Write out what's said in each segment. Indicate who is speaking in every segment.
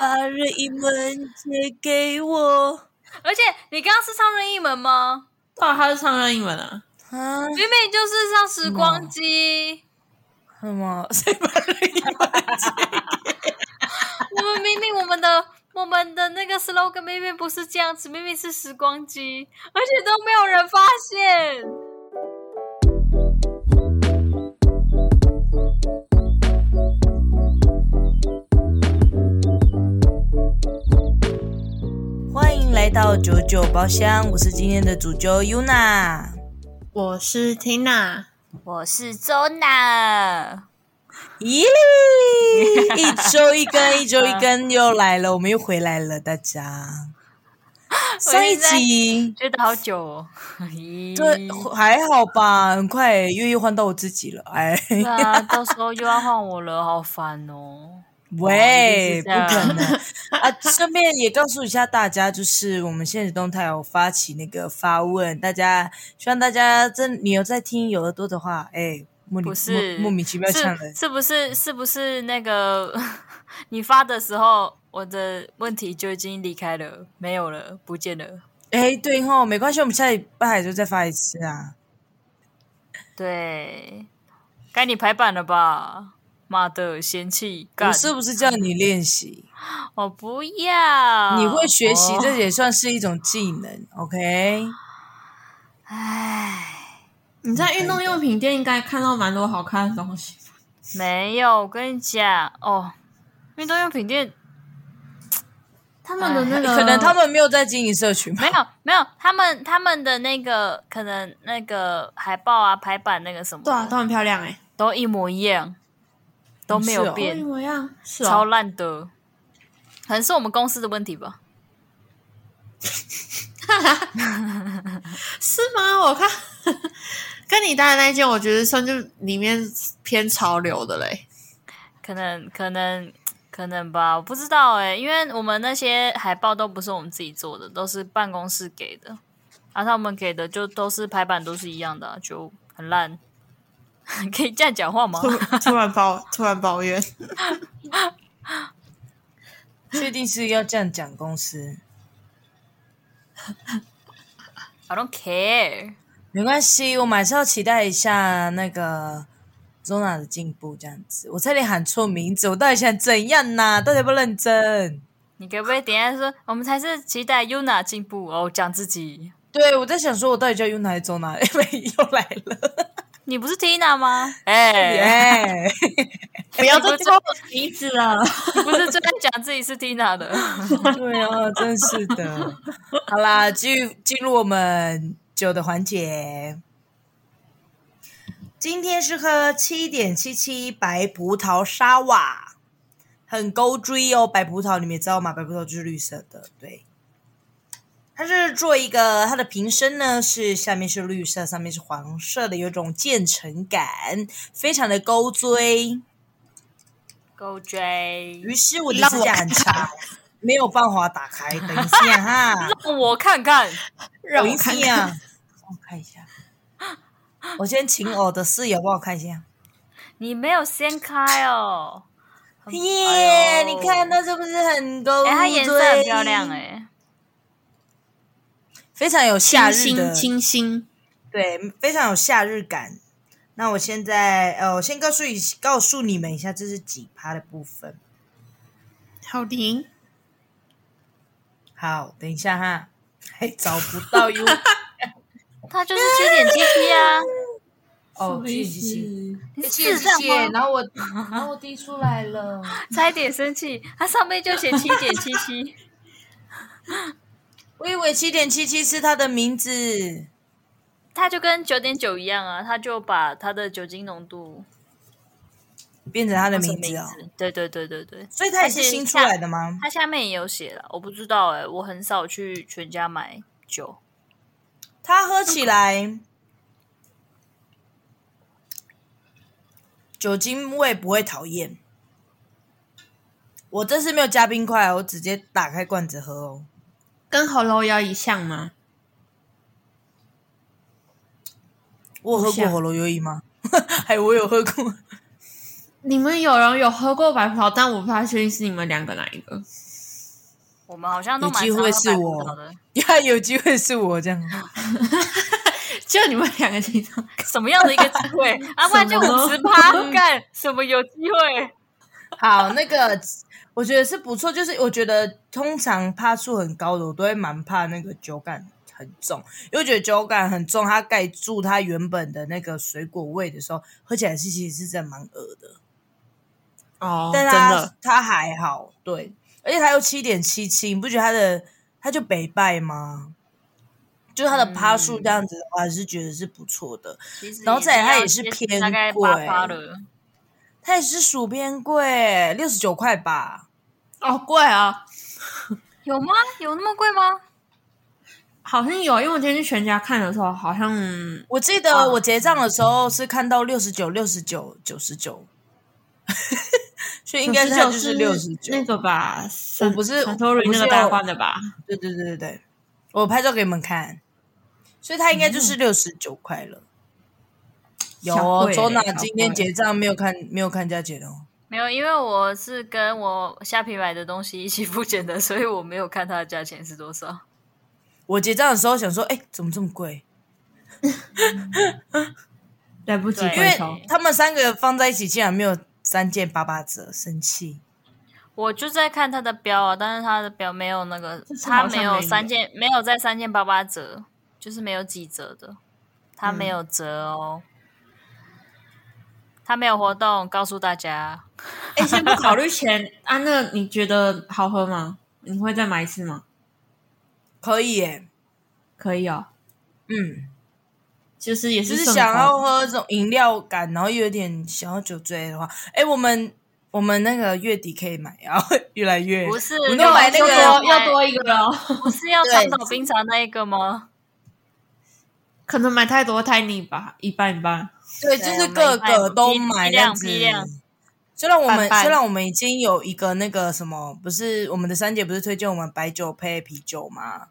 Speaker 1: 把任意门借给我
Speaker 2: 而且你刚刚是唱任意门吗？
Speaker 3: 对啊，他是唱任意门啊，
Speaker 1: 啊？
Speaker 2: 明明就是唱时光机，
Speaker 1: 什么？谁把任意门？
Speaker 2: 我们明明我们的我们的那个 slogan 明明不是这样子，明明是时光机，而且都没有人发现。
Speaker 1: 欢迎来到九九包厢，我是今天的主角 Yuna。
Speaker 3: 我是 Tina，
Speaker 2: 我是周娜，
Speaker 1: 咦，一周一根，一周一根又来了，我们又回来了，大家。上一集
Speaker 2: 觉得好久哦。咦
Speaker 1: 对还好吧，很快又又换到我自己了，哎，
Speaker 2: 对啊，到时候又要换我了，好烦哦。
Speaker 1: 喂，
Speaker 2: 一定是
Speaker 1: 不
Speaker 2: 这样
Speaker 1: 可能啊！顺便也告诉一下大家，就是我们现实动态有发起那个发问，大家希望大家真你有在听有耳朵的话，哎，莫名
Speaker 2: 不是
Speaker 1: 莫莫名其妙呛
Speaker 2: 是
Speaker 1: 人，
Speaker 2: 是不是是不是那个 你发的时候，我的问题就已经离开了，没有了，不见了。
Speaker 1: 哎，对吼，没关系，我们下礼拜就再发一次啊。
Speaker 2: 对，该你排版了吧？妈的，嫌弃干
Speaker 1: 我是不是叫你练习？
Speaker 2: 我不要，
Speaker 1: 你会学习，
Speaker 2: 哦
Speaker 1: 这也算是一种技能，OK？
Speaker 2: 唉，
Speaker 3: 你在运动用品店应该看到蛮多好看的东西。
Speaker 2: 没有，我跟你讲哦，运动用品店
Speaker 3: 哎他们的那个，
Speaker 1: 可能他们没有在经营社群吧
Speaker 2: 没。有没有，他们他们的那个可能那个海报啊、排版那个什么的，
Speaker 3: 对啊，都很漂亮哎、
Speaker 2: 都一模一样，都没
Speaker 1: 是
Speaker 2: 有
Speaker 1: 哦
Speaker 3: 都一
Speaker 2: 变，
Speaker 3: 模一样，是
Speaker 2: 超
Speaker 3: 哦，
Speaker 2: 烂的，可能是我们公司的问题吧。
Speaker 3: 是吗？我看跟你搭的那一件，我觉得算是里面偏潮流的 嘞。
Speaker 2: 可能可能可能吧，我不知道哎、因为我们那些海报都不是我们自己做的，都是办公室给的，啊，他们给的就都是排版都是一样的啊、就很烂。 可以这样讲话吗？
Speaker 3: 突然抱，突然抱怨，
Speaker 1: 确定是要这样讲公司？
Speaker 2: I don't care。
Speaker 1: 没关系，我们还是要期待一下那个 Zona 的进步，这样子。我差点喊错名字，我到底想怎样呐、到底要不要认真？
Speaker 2: 你可不可以等一下说，我们才是期待 Yuna 进步哦？讲自己，
Speaker 1: 对，我在想说，我到底叫 Yuna 还是 Zona？因 为又来了，
Speaker 2: 你不是 Tina 吗？哎、
Speaker 1: 耶、
Speaker 3: 不要再叫我名字了。
Speaker 2: 你不是最爱讲自己是 Tina 的？
Speaker 1: 对啊，真是的。好啦，进进入我们酒的环节。今天是喝七点七七白葡萄沙瓦，很勾追哦。白葡萄你们也知道嘛，白葡萄就是绿色的，对。它是做一个，它的瓶身呢是下面是绿色，上面是黄色的，有一种渐层感，非常的勾追。
Speaker 2: 勾追，
Speaker 1: 于是我的指甲很长，没有办法打开。等一下哈，
Speaker 2: 让哦我看看，
Speaker 3: 让
Speaker 1: 等
Speaker 3: 我
Speaker 1: 一
Speaker 3: 看
Speaker 1: 下
Speaker 3: 看，
Speaker 1: 我看一下。
Speaker 2: 啊
Speaker 1: 我先请我的室友帮我看一下。
Speaker 2: 你没有掀开哦。 很
Speaker 1: 耶、
Speaker 2: 哎呦
Speaker 1: 你看它是不是很勾？
Speaker 2: 哎、它颜色很漂亮哎、，
Speaker 1: 非常有夏日的，
Speaker 3: 清新，
Speaker 1: 对，非常有夏日感。那我现在呃，我先告诉你告诉你们一下，这是几趴的部分。
Speaker 3: 好听。
Speaker 1: 好，等一下哈，还找不到 U
Speaker 2: 它就是缺点七七啊，
Speaker 1: 哦，
Speaker 3: 什么意
Speaker 1: 谢
Speaker 3: 思
Speaker 1: 谢谢
Speaker 2: 你
Speaker 1: 谢谢
Speaker 2: 是
Speaker 1: 谢，
Speaker 2: 这样吗？
Speaker 1: 然后 我然后我滴出来了。
Speaker 2: 差一点生气，它上面就写七点七七，
Speaker 1: 我以为七点七七是他的名字，
Speaker 2: 它就跟九点九一样啊，它就把它的酒精浓度
Speaker 1: 变成他的
Speaker 2: 当成
Speaker 1: 名
Speaker 2: 名
Speaker 1: 字哦。
Speaker 2: 字，对对对对对，
Speaker 1: 所以它也是新出来的吗？
Speaker 2: 它下面也有写了，我不知道哎、我很少去全家买酒，
Speaker 1: 它喝起来酒精味不会讨厌。我这次没有加冰块，我直接打开罐子喝哦。
Speaker 3: 跟喉咙摇一像吗？
Speaker 1: 我有喝
Speaker 3: 不像
Speaker 1: 过喉咙优饮吗？还我有喝过，
Speaker 3: 你们有人有喝过白葡萄，但我不太确定是你们两个哪一个。
Speaker 2: 我们好像都蛮
Speaker 1: 有机会是
Speaker 2: 常喝白葡
Speaker 1: 我
Speaker 2: 萄的，
Speaker 1: 呀， 有机会是我这样，
Speaker 3: 就你们两个其 中，
Speaker 2: 什么样的一个机会？啊，不然就
Speaker 3: 什么
Speaker 2: 五十趴干什么有机会？
Speaker 1: 好，那个我觉得是不错，就是我觉得通常怕数很高的，我都会蛮怕那个酒感很重，因为我觉得酒感很重，它盖住它原本的那个水果味的时候，喝起来是其实是真的蛮恶的，
Speaker 3: 哦
Speaker 1: 但
Speaker 3: 真
Speaker 1: 它
Speaker 3: 的，
Speaker 1: 它还好，对，而且它又七点七七，你不觉得它的它就北败吗？就是它的趴数这样子，我还是觉得是不错的。
Speaker 2: 其实
Speaker 1: 然后再来它
Speaker 2: 要
Speaker 1: 也是
Speaker 2: 接近
Speaker 1: 偏
Speaker 2: 大概
Speaker 1: 贵
Speaker 2: 八趴了，
Speaker 1: 它也是薯片贵，六十九块吧。
Speaker 3: 哦贵啊，
Speaker 2: 有吗？有那么贵吗？
Speaker 3: 好像有，因为我今天去全家看的时候，好像
Speaker 1: 我记得我结账的时候是看到六十九、六十九、九十九， 所以应该是它
Speaker 3: 就
Speaker 1: 就是六十九。
Speaker 3: 那个吧，我
Speaker 1: 不是
Speaker 3: 很多人
Speaker 1: 我不
Speaker 3: 那
Speaker 1: 是
Speaker 3: 个大
Speaker 1: 有
Speaker 3: 罐的吧？
Speaker 1: 对对对对对，嗯我拍照给你们看，所以它应该就是六十九块了。有
Speaker 3: 小
Speaker 1: 哦，
Speaker 3: 贵
Speaker 1: 周娜
Speaker 3: 小贵
Speaker 1: 今天结账没有看没有看价钱哦。
Speaker 2: 没有，因为我是跟我虾皮买的东西一起付钱的，所以我没有看它的价钱是多少。
Speaker 1: 我结账的时候想说，哎，怎么这么贵？
Speaker 3: 来不及
Speaker 2: 对
Speaker 1: 因
Speaker 3: 回
Speaker 1: 为
Speaker 3: 头，
Speaker 1: 他们三个放在一起竟然没有三件八八折，生气。
Speaker 2: 我就在看它的标啊，但是它的标没有那个
Speaker 3: 这，次
Speaker 2: 它
Speaker 3: 好像
Speaker 2: 没
Speaker 3: 没
Speaker 2: 有
Speaker 3: 有
Speaker 2: 三件，没有在三件八八折，就是没有几折的，它没有折哦，它没有活动，告诉大家，
Speaker 3: 哎，先不考虑钱， 安乐，你觉得好喝吗？你会再买一次吗？
Speaker 1: 可以耶，
Speaker 3: 可以哦，
Speaker 1: 嗯。
Speaker 3: 就是也
Speaker 1: 就是是
Speaker 3: 顺
Speaker 1: 想
Speaker 3: 口
Speaker 1: 要喝这种饮料感，然后又有点想要酒醉的话，哎、我们我们那个月底可以买，然后 越来越
Speaker 2: 不是
Speaker 1: 我们
Speaker 2: 要
Speaker 1: 都买那
Speaker 2: 要
Speaker 1: 个
Speaker 2: 说
Speaker 3: 又啊多又多一个哦，
Speaker 2: 不是要
Speaker 1: 对
Speaker 2: 长岛冰茶那一个吗？
Speaker 3: 可能买太多太腻吧，一半一半。
Speaker 1: 对，
Speaker 2: 对
Speaker 1: 就是各个都买这样子
Speaker 2: 我们一半批批量批。
Speaker 1: 虽然我们
Speaker 3: 半半
Speaker 1: 虽然我们已经有一个那个什么，不是我们的三姐不是推荐我们白酒配啤酒吗？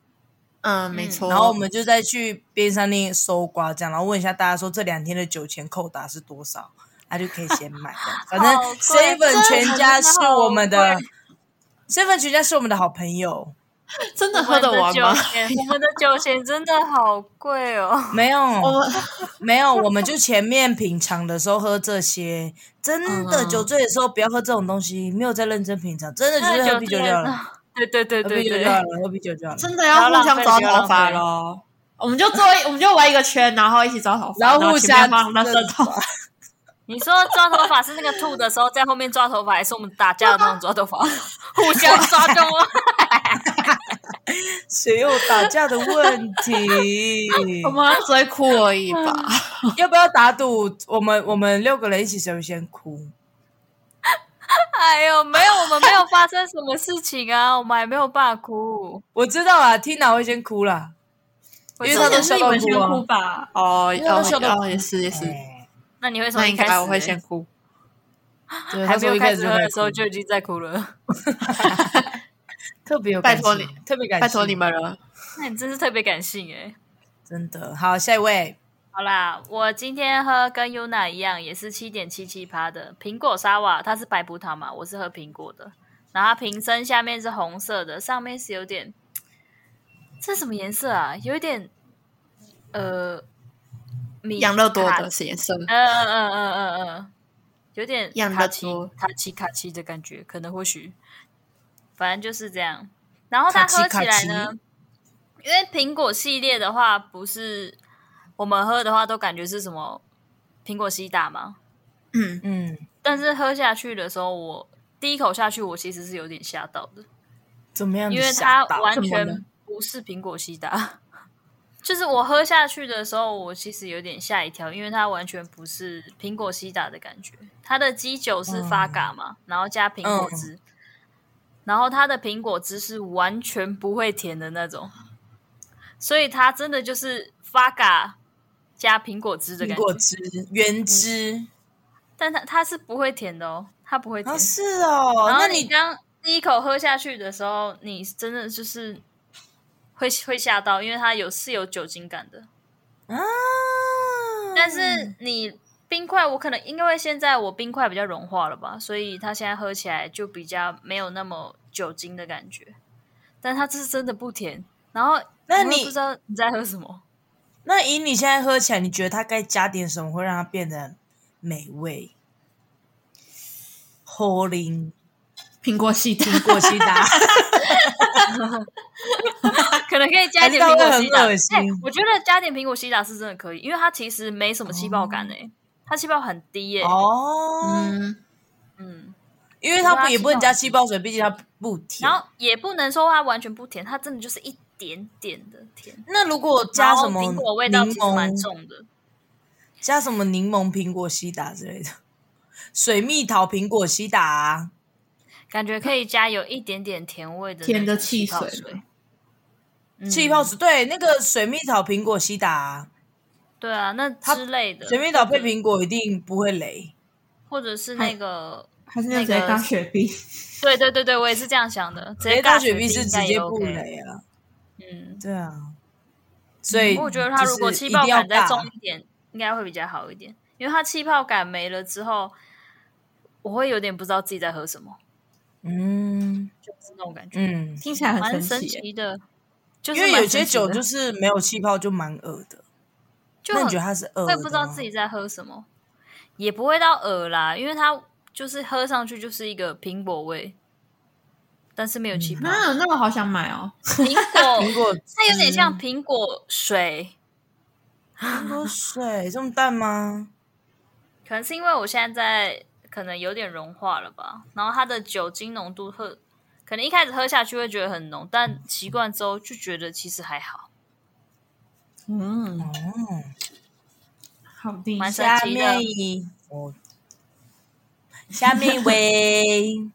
Speaker 3: 嗯，
Speaker 2: 没
Speaker 3: 没
Speaker 2: 错
Speaker 3: 错。
Speaker 1: 然后我们就再去便利商店搜刮这样，然后问一下大家说这两天的酒钱扣打是多少，他就可以先买 这样。反正
Speaker 2: 好贵
Speaker 1: seven 全家是我们
Speaker 2: 真的
Speaker 1: 的
Speaker 2: 好
Speaker 1: seven 全家是我们的好朋友。
Speaker 3: 真
Speaker 2: 我
Speaker 3: 的喝
Speaker 2: 们
Speaker 3: 得
Speaker 2: 的
Speaker 3: 完
Speaker 2: 酒
Speaker 3: 吗？
Speaker 2: 钱，我们的酒钱真的好 贵哦。
Speaker 1: 没有，
Speaker 3: 我们
Speaker 1: 没有，我们就前面品尝的时候喝这些。真的
Speaker 3: 嗯
Speaker 1: 酒醉的时候不要喝这种东西，没有在认真品尝，真的就是喝啤酒就好了，
Speaker 2: 对对对
Speaker 1: 喝
Speaker 2: 对
Speaker 1: 啤酒
Speaker 2: 对
Speaker 1: 就好，了，喝啤酒就好了。
Speaker 3: 真的要互相抓头发喽。我们就做一，我们就玩一个圈，然后一起抓头发，
Speaker 1: 然后互
Speaker 3: 前
Speaker 1: 相
Speaker 3: 面放 垃圾桶。
Speaker 2: 你说抓头发是那个吐的时候在后面抓头发，还是我们打架的那种抓头发， 互相抓头发？
Speaker 1: 谁有打架的问题？
Speaker 3: 我们只会哭而已吧。
Speaker 1: 要不要打赌？我们我们六个人一起谁会先哭？
Speaker 2: 哎呦，没有，我们没有发生什么事情啊，我们还没有办法哭。
Speaker 1: 我知道啊，Tina 会先哭啦。
Speaker 2: 我
Speaker 1: 因为
Speaker 2: 真的
Speaker 1: 他都
Speaker 3: 是
Speaker 1: 笑
Speaker 3: 你
Speaker 1: 到哭啊
Speaker 3: 们先哭吧。哦，
Speaker 1: 因为他都笑到哭
Speaker 3: 哦，也是也是。
Speaker 1: 哎
Speaker 2: 那你会从
Speaker 3: 那
Speaker 2: 一
Speaker 3: 应
Speaker 2: 开始
Speaker 3: 该我会先哭。
Speaker 1: 对，
Speaker 2: 还
Speaker 1: 他
Speaker 2: 没
Speaker 1: 说
Speaker 2: 有
Speaker 1: 一
Speaker 2: 开
Speaker 1: 开始
Speaker 2: 始
Speaker 1: 就
Speaker 2: 喝
Speaker 1: 开
Speaker 2: 的
Speaker 1: 始
Speaker 2: 时候就已经在哭了。
Speaker 1: 特别有
Speaker 3: 拜
Speaker 1: 感
Speaker 3: 托
Speaker 1: 性
Speaker 3: 你
Speaker 1: 特别感
Speaker 3: 拜托
Speaker 1: 性
Speaker 3: 你，们了。
Speaker 2: 那你真是特别感性哎、
Speaker 1: 真的好。下一位，
Speaker 2: 好啦，我今天喝跟 Yuna 一样，也是七点七七趴的苹果沙瓦，它是白葡萄嘛，我是喝苹果的。然后它瓶身下面是红色的，上面是有点，这什么颜色啊？有一点，呃，米
Speaker 3: 养乐多
Speaker 2: 卡
Speaker 3: 的是颜色，
Speaker 2: 嗯嗯嗯嗯嗯嗯，有点
Speaker 3: 养乐
Speaker 2: 卡其
Speaker 3: 多
Speaker 2: 卡其卡其的感觉，可能或许，反正就是这样。然后它
Speaker 1: 卡其
Speaker 2: 喝起
Speaker 1: 卡
Speaker 2: 来
Speaker 1: 其
Speaker 2: 呢，因为苹果系列的话，不是我们喝的话都感觉是什么苹果西打嘛，
Speaker 3: 嗯，
Speaker 1: 嗯，
Speaker 2: 但是喝下去的时候，我第一口下去，我其实是有点吓到的，
Speaker 1: 怎么样子
Speaker 2: 因为它
Speaker 1: 吓到？
Speaker 2: 完
Speaker 3: 怎么了
Speaker 2: 全不是苹果西打。 就是我喝下去的时候，我其实有点吓一跳，因为它完全不是苹果西打的感觉。它的基酒是
Speaker 1: 哦
Speaker 2: 发嘎嘛，然后加
Speaker 1: 嗯
Speaker 2: 苹果汁，然后它的苹果汁是完全不会甜的那种，所以它真的就是发嘎加苹果汁的
Speaker 1: 苹
Speaker 2: 感
Speaker 1: 果
Speaker 2: 觉。嗯
Speaker 1: 汁原汁。
Speaker 2: 但它它是不会甜的哦，它不会甜。
Speaker 1: 啊，是哦，
Speaker 2: 然后
Speaker 1: 那
Speaker 2: 你
Speaker 1: 你
Speaker 2: 刚第一口喝下去的时候，你真的就是会会吓到，因为它有是有酒精感的，
Speaker 1: 啊，
Speaker 2: 但是你。冰块，我可能因为现在我冰块比较融化了吧，所以它现在喝起来就比较没有那么酒精的感觉。但它这是真的不甜，然后
Speaker 1: 那
Speaker 2: 我又
Speaker 1: 你
Speaker 2: 不知道你在喝什么。
Speaker 1: 那以你现在喝起来，你觉得它该加点什么会让它变得美味？火灵
Speaker 3: 苹果系的，
Speaker 1: 苹果西 达，
Speaker 2: 可能可以加一点苹果西达。
Speaker 1: 还是它会很恶心
Speaker 2: 哎我觉得加点苹果西达是真的可以，因为它其实没什么气泡感诶、欸它气泡很低耶、
Speaker 1: 哦，
Speaker 3: 嗯，
Speaker 2: 嗯，
Speaker 1: 因为它不也不能加气泡水，毕竟它不甜
Speaker 2: 然。后也不能说它完全不甜，它真的就是一点点的甜。
Speaker 1: 那如果加什么
Speaker 2: 然后
Speaker 1: 柠
Speaker 2: 苹果味道其实蛮
Speaker 1: 檬，
Speaker 2: 重的，
Speaker 1: 加什么柠檬苹果西达之类的，水蜜桃苹果西达啊、
Speaker 2: 感觉可以加有一点点甜味的
Speaker 3: 甜的
Speaker 2: 那种
Speaker 3: 汽
Speaker 2: 气泡
Speaker 3: 水
Speaker 2: 水
Speaker 3: 吗，
Speaker 2: 嗯
Speaker 1: 气泡水，对，那个水蜜桃苹果西达啊、
Speaker 2: 对啊，那
Speaker 1: 它
Speaker 2: 之类的
Speaker 1: 水，蜜桃配苹果一定不会雷。
Speaker 2: 或者是
Speaker 1: 哎
Speaker 2: 那个，
Speaker 3: 还是
Speaker 2: 那
Speaker 3: 那
Speaker 2: 个
Speaker 3: 直接当雪碧，
Speaker 2: 对对对对，我也是这样想的，直
Speaker 1: 雷
Speaker 2: 接
Speaker 1: 大
Speaker 2: 大
Speaker 1: 雪碧
Speaker 2: 冰
Speaker 1: 是
Speaker 2: 应
Speaker 1: 直
Speaker 2: 该也
Speaker 1: 接不
Speaker 2: OK。
Speaker 1: 雷啊，
Speaker 2: 嗯，
Speaker 1: 对啊。所以
Speaker 2: 我觉得它
Speaker 1: 他
Speaker 2: 如果气泡感再重一点，应该会比较好一点，因为它气泡感没了之后，我会有点不知道自己在喝什么，
Speaker 1: 嗯
Speaker 2: 就是那种感觉，
Speaker 1: 嗯，
Speaker 3: 听起来
Speaker 2: 蛮
Speaker 3: 很
Speaker 2: 神
Speaker 3: 奇耶。
Speaker 2: 奇的。就是
Speaker 1: 因为有些酒
Speaker 2: 蛮
Speaker 1: 就
Speaker 2: 神奇
Speaker 1: 是没有气泡就蛮恶的。
Speaker 2: 的就
Speaker 1: 那你
Speaker 2: 很
Speaker 1: 觉得它是恶的吗？啊
Speaker 2: 会不知道自己在喝什么，也不会到耳啦，因为它就是喝上去就是一个苹果味，但是没
Speaker 1: 嗯
Speaker 2: 有气泡。
Speaker 3: 啊，那我好想买哦！
Speaker 2: 苹 果，
Speaker 1: 苹果汁，
Speaker 2: 它有点像苹果水，
Speaker 1: 苹果水这么淡吗？
Speaker 2: 可能是因为我现在在可能有点融化了吧，然后它的酒精浓度喝，可能一开始喝下去会觉得很浓，但习惯之后就觉得其实还好，
Speaker 3: 嗯，
Speaker 1: 哦，
Speaker 3: 好厉 害
Speaker 2: 蛮！神
Speaker 1: 下
Speaker 2: 奇的
Speaker 1: 面一我下面一 位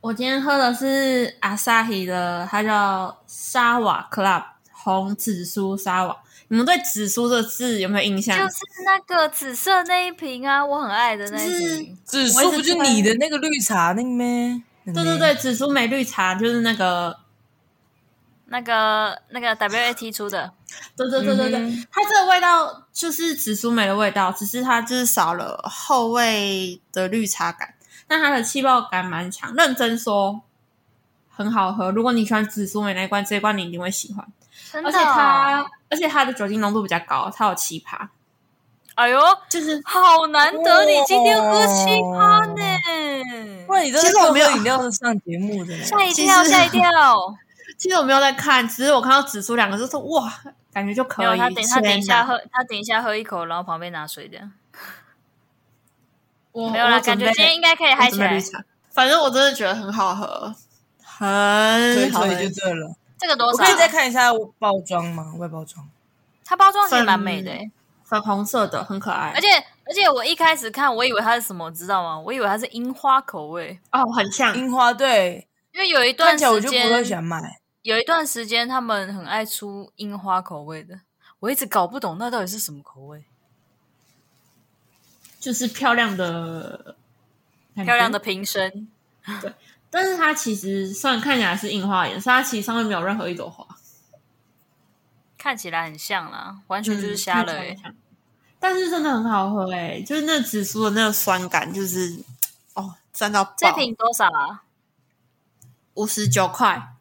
Speaker 3: 我今天喝的是阿萨希的，它叫沙瓦 Club 红紫苏沙瓦。你们对“紫苏”这个字有没有印象？
Speaker 2: 就是那个紫色那一瓶啊，我很爱的那一瓶。
Speaker 1: 紫
Speaker 3: 我一
Speaker 1: 苏
Speaker 3: 直
Speaker 1: 不就
Speaker 3: 在
Speaker 1: 你的那个绿茶那个咩？那个
Speaker 3: 对
Speaker 1: 咩
Speaker 3: 对对，，紫苏梅绿茶就是那个，
Speaker 2: 那个那个 WAT 出的，
Speaker 3: 对对对对对，
Speaker 1: 嗯哼
Speaker 3: 它这个味道就是紫苏梅的味道，只是它就是少了后味的绿茶感，但它的气泡感蛮强。认真说，很好喝。如果你喜欢紫苏梅那一罐，这一罐你一定会喜欢。
Speaker 2: 真的
Speaker 3: 而
Speaker 2: 哦、
Speaker 3: 且它，而且它的酒精浓度比较高，它有奇葩，
Speaker 2: 哎呦，
Speaker 3: 就是
Speaker 2: 好难得你今天喝七趴
Speaker 1: 不
Speaker 2: 呢！
Speaker 1: 然你都是
Speaker 3: 其实我
Speaker 1: 喝
Speaker 3: 没有
Speaker 1: 饮料上节目的嘞。
Speaker 2: 吓一
Speaker 3: 其
Speaker 2: 跳，
Speaker 3: 实
Speaker 2: 吓一跳！
Speaker 3: 其实我没有在看，只是我看到紫苏两个字说哇，感觉就可
Speaker 2: 没
Speaker 3: 以。
Speaker 2: 有，
Speaker 3: 啊
Speaker 2: 他等他等一
Speaker 3: 天哪
Speaker 2: 下，喝，他等一下喝一口，然后旁边拿水的。
Speaker 3: 我
Speaker 2: 没有啦，
Speaker 3: 我准
Speaker 2: 感觉
Speaker 3: 备
Speaker 2: 今天应该可以嗨
Speaker 3: 我
Speaker 2: 起
Speaker 3: 准备
Speaker 2: 来
Speaker 3: 绿。茶。反正我真的觉得很好喝，很
Speaker 1: 对，
Speaker 3: 好
Speaker 1: 所
Speaker 3: 喝
Speaker 1: 以。就对了。
Speaker 2: 这个多
Speaker 1: 我
Speaker 2: 少
Speaker 1: 可？以再看一下包装吗？外包装。
Speaker 2: 它包装其实蛮美的、欸，
Speaker 3: 粉红色的，很可爱，
Speaker 2: 而且而且我一开始看，我以为它是什么，知道吗？我以为它是樱花口味，
Speaker 3: 哦，很像。
Speaker 1: 樱花对，
Speaker 2: 因为有一
Speaker 1: 看
Speaker 2: 段
Speaker 1: 起来我
Speaker 2: 时
Speaker 1: 就不会
Speaker 2: 间
Speaker 1: 想买。
Speaker 2: 有一段时间他们很爱出樱花口味的，我一直搞不懂那到底是什么口味。
Speaker 3: 就是漂亮的，
Speaker 2: 漂亮的。瓶身，
Speaker 3: 但是它其实虽然看起来是樱花颜色，它其实上面没有任何一朵花，
Speaker 2: 看起来很像啦，完全就是瞎了、欸。
Speaker 3: 嗯。看起来很像但是真的很好喝哎、就是那紫苏的那个酸感，就是哦，酸到爆。
Speaker 2: 这瓶多少啊？
Speaker 3: 五十九块，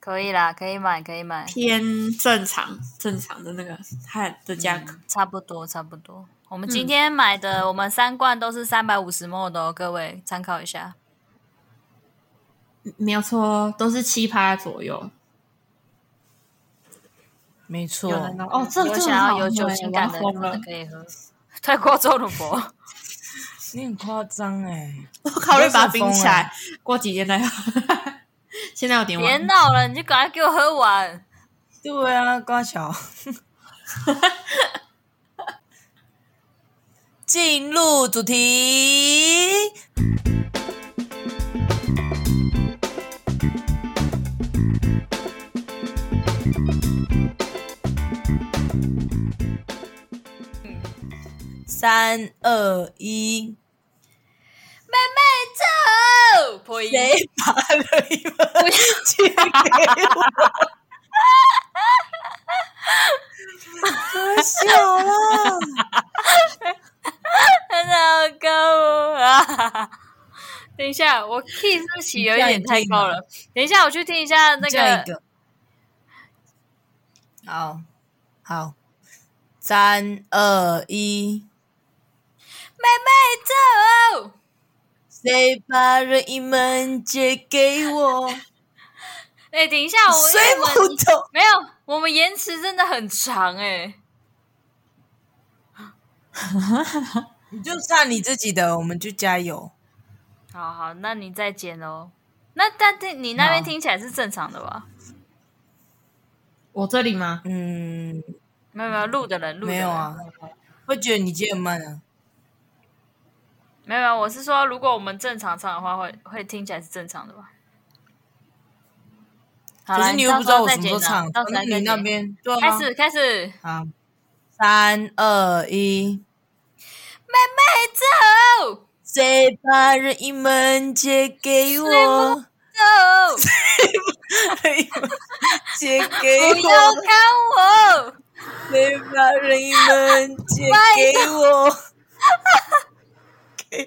Speaker 2: 可以啦，可以买，可以买。
Speaker 3: 偏正常正常的那个它的价格。
Speaker 2: 嗯差不多，差不多。我们今天买的，我们三罐都是三百五十 ml 的哦，各位参考一下。
Speaker 3: 没有错，都是七趴左右。
Speaker 1: 没错
Speaker 3: 有，人哦，这
Speaker 2: 如果
Speaker 3: 这个
Speaker 2: 想
Speaker 3: 很
Speaker 2: 要
Speaker 3: 好
Speaker 2: 有酒
Speaker 3: 喝
Speaker 2: 精
Speaker 3: 欸
Speaker 2: 感
Speaker 3: 我
Speaker 2: 的，
Speaker 3: 要疯
Speaker 2: 真
Speaker 3: 了
Speaker 2: 的。可以喝。太过周鲁博，
Speaker 1: 你很夸张哎。
Speaker 3: 我考虑把它冰起
Speaker 1: 我要
Speaker 3: 来，过几天再喝。 现在有点
Speaker 2: 别
Speaker 3: 晚，
Speaker 2: 闹了，你就赶快给我喝完。
Speaker 1: 对啊，瓜小。 进入主题，三二一，
Speaker 2: 妹妹走， 破音。
Speaker 1: 谁把了一份
Speaker 2: 不要
Speaker 1: 钱给我？可笑了！
Speaker 2: 哦 下，我 key 是不是起有一
Speaker 1: 你这样
Speaker 2: 点太高
Speaker 3: 啊
Speaker 2: 了？等一下，我去听一下那
Speaker 1: 这样一
Speaker 2: 个
Speaker 1: 个。好，好，三二一。
Speaker 2: 妹妹走。
Speaker 1: 谁把任意门借给我？
Speaker 2: 哎、等一下，我
Speaker 1: 谁
Speaker 2: 我们
Speaker 1: 不懂？
Speaker 2: 没有，我们延迟真的很长哎、
Speaker 1: 你就唱你自己的，我们就加油。
Speaker 2: 好好，那你再剪哦。那但听你那边
Speaker 1: 好
Speaker 2: 听起来是正常的吧？
Speaker 3: 我这里吗？
Speaker 1: 嗯，
Speaker 2: 没有没有，录的人录的
Speaker 1: 没
Speaker 2: 人
Speaker 1: 有啊，会觉得你接很慢啊。
Speaker 2: 没有没啊有，我是说，如果我们正常唱的话，会会听起来是正常的吧？好
Speaker 1: 可
Speaker 2: 啦
Speaker 1: 是你又
Speaker 2: 到
Speaker 1: 不知
Speaker 2: 时
Speaker 1: 道
Speaker 2: 候
Speaker 1: 我
Speaker 2: 再
Speaker 1: 什么时候
Speaker 2: 剪啊
Speaker 1: 唱，
Speaker 2: 到时候
Speaker 1: 那
Speaker 2: 再
Speaker 1: 你那
Speaker 2: 剪
Speaker 1: 边对啊。
Speaker 2: 开始开始，
Speaker 1: 好，三二一。
Speaker 2: 走
Speaker 1: 谁把任意门借给我？
Speaker 2: 走，
Speaker 1: 任意门借给
Speaker 2: 不要
Speaker 1: 我？
Speaker 2: 看我，
Speaker 1: 谁把任意门借给我？给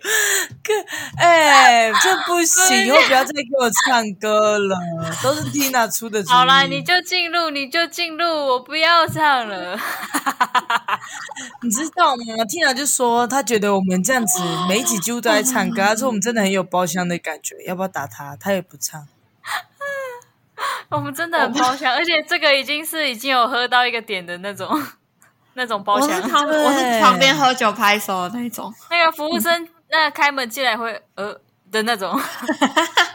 Speaker 1: 给， 哎、这不行，以后不要再给我唱歌了，都是 Tina 出的主意。
Speaker 2: 好啦，你就进入，你就进入，我不要唱了。
Speaker 1: 你知道吗？Tina 就说她觉得我们这样 子每一集几乎都在唱歌，她说我们真的很有包厢的感觉，要不要打她？她也不唱。
Speaker 2: 我们真的很包厢，而且这个已经是已经有喝到一个点的那种 那种包
Speaker 3: 我
Speaker 2: 厢
Speaker 3: 是。旁
Speaker 1: 对
Speaker 3: 我是旁边喝酒拍手的那一 种，
Speaker 2: 那个服务生那开门进来会呃的 那种，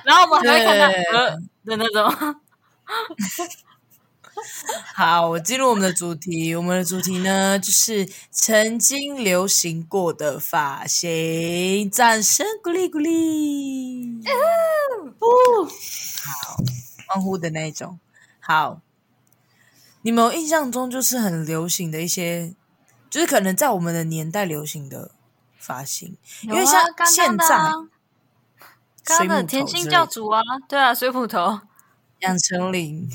Speaker 2: 然后我们还会看到
Speaker 1: 对
Speaker 2: 呃的那种。
Speaker 1: 好，我进入我们的主题。我们的主题呢，就是曾经流行过的发型。掌声鼓励鼓励！哦，好，欢呼的那一种。好，你们有印象中就是很流行的一些，就是可能在我们的年代流行的发型，因
Speaker 2: 啊
Speaker 1: 为像现在、
Speaker 2: 刚
Speaker 1: 水
Speaker 2: 刚
Speaker 1: 母
Speaker 2: 的
Speaker 1: 头
Speaker 2: 甜
Speaker 1: 之
Speaker 2: 心
Speaker 1: 类
Speaker 2: 教
Speaker 1: 的
Speaker 2: 主啊，对啊，水母头，
Speaker 1: 杨丞琳、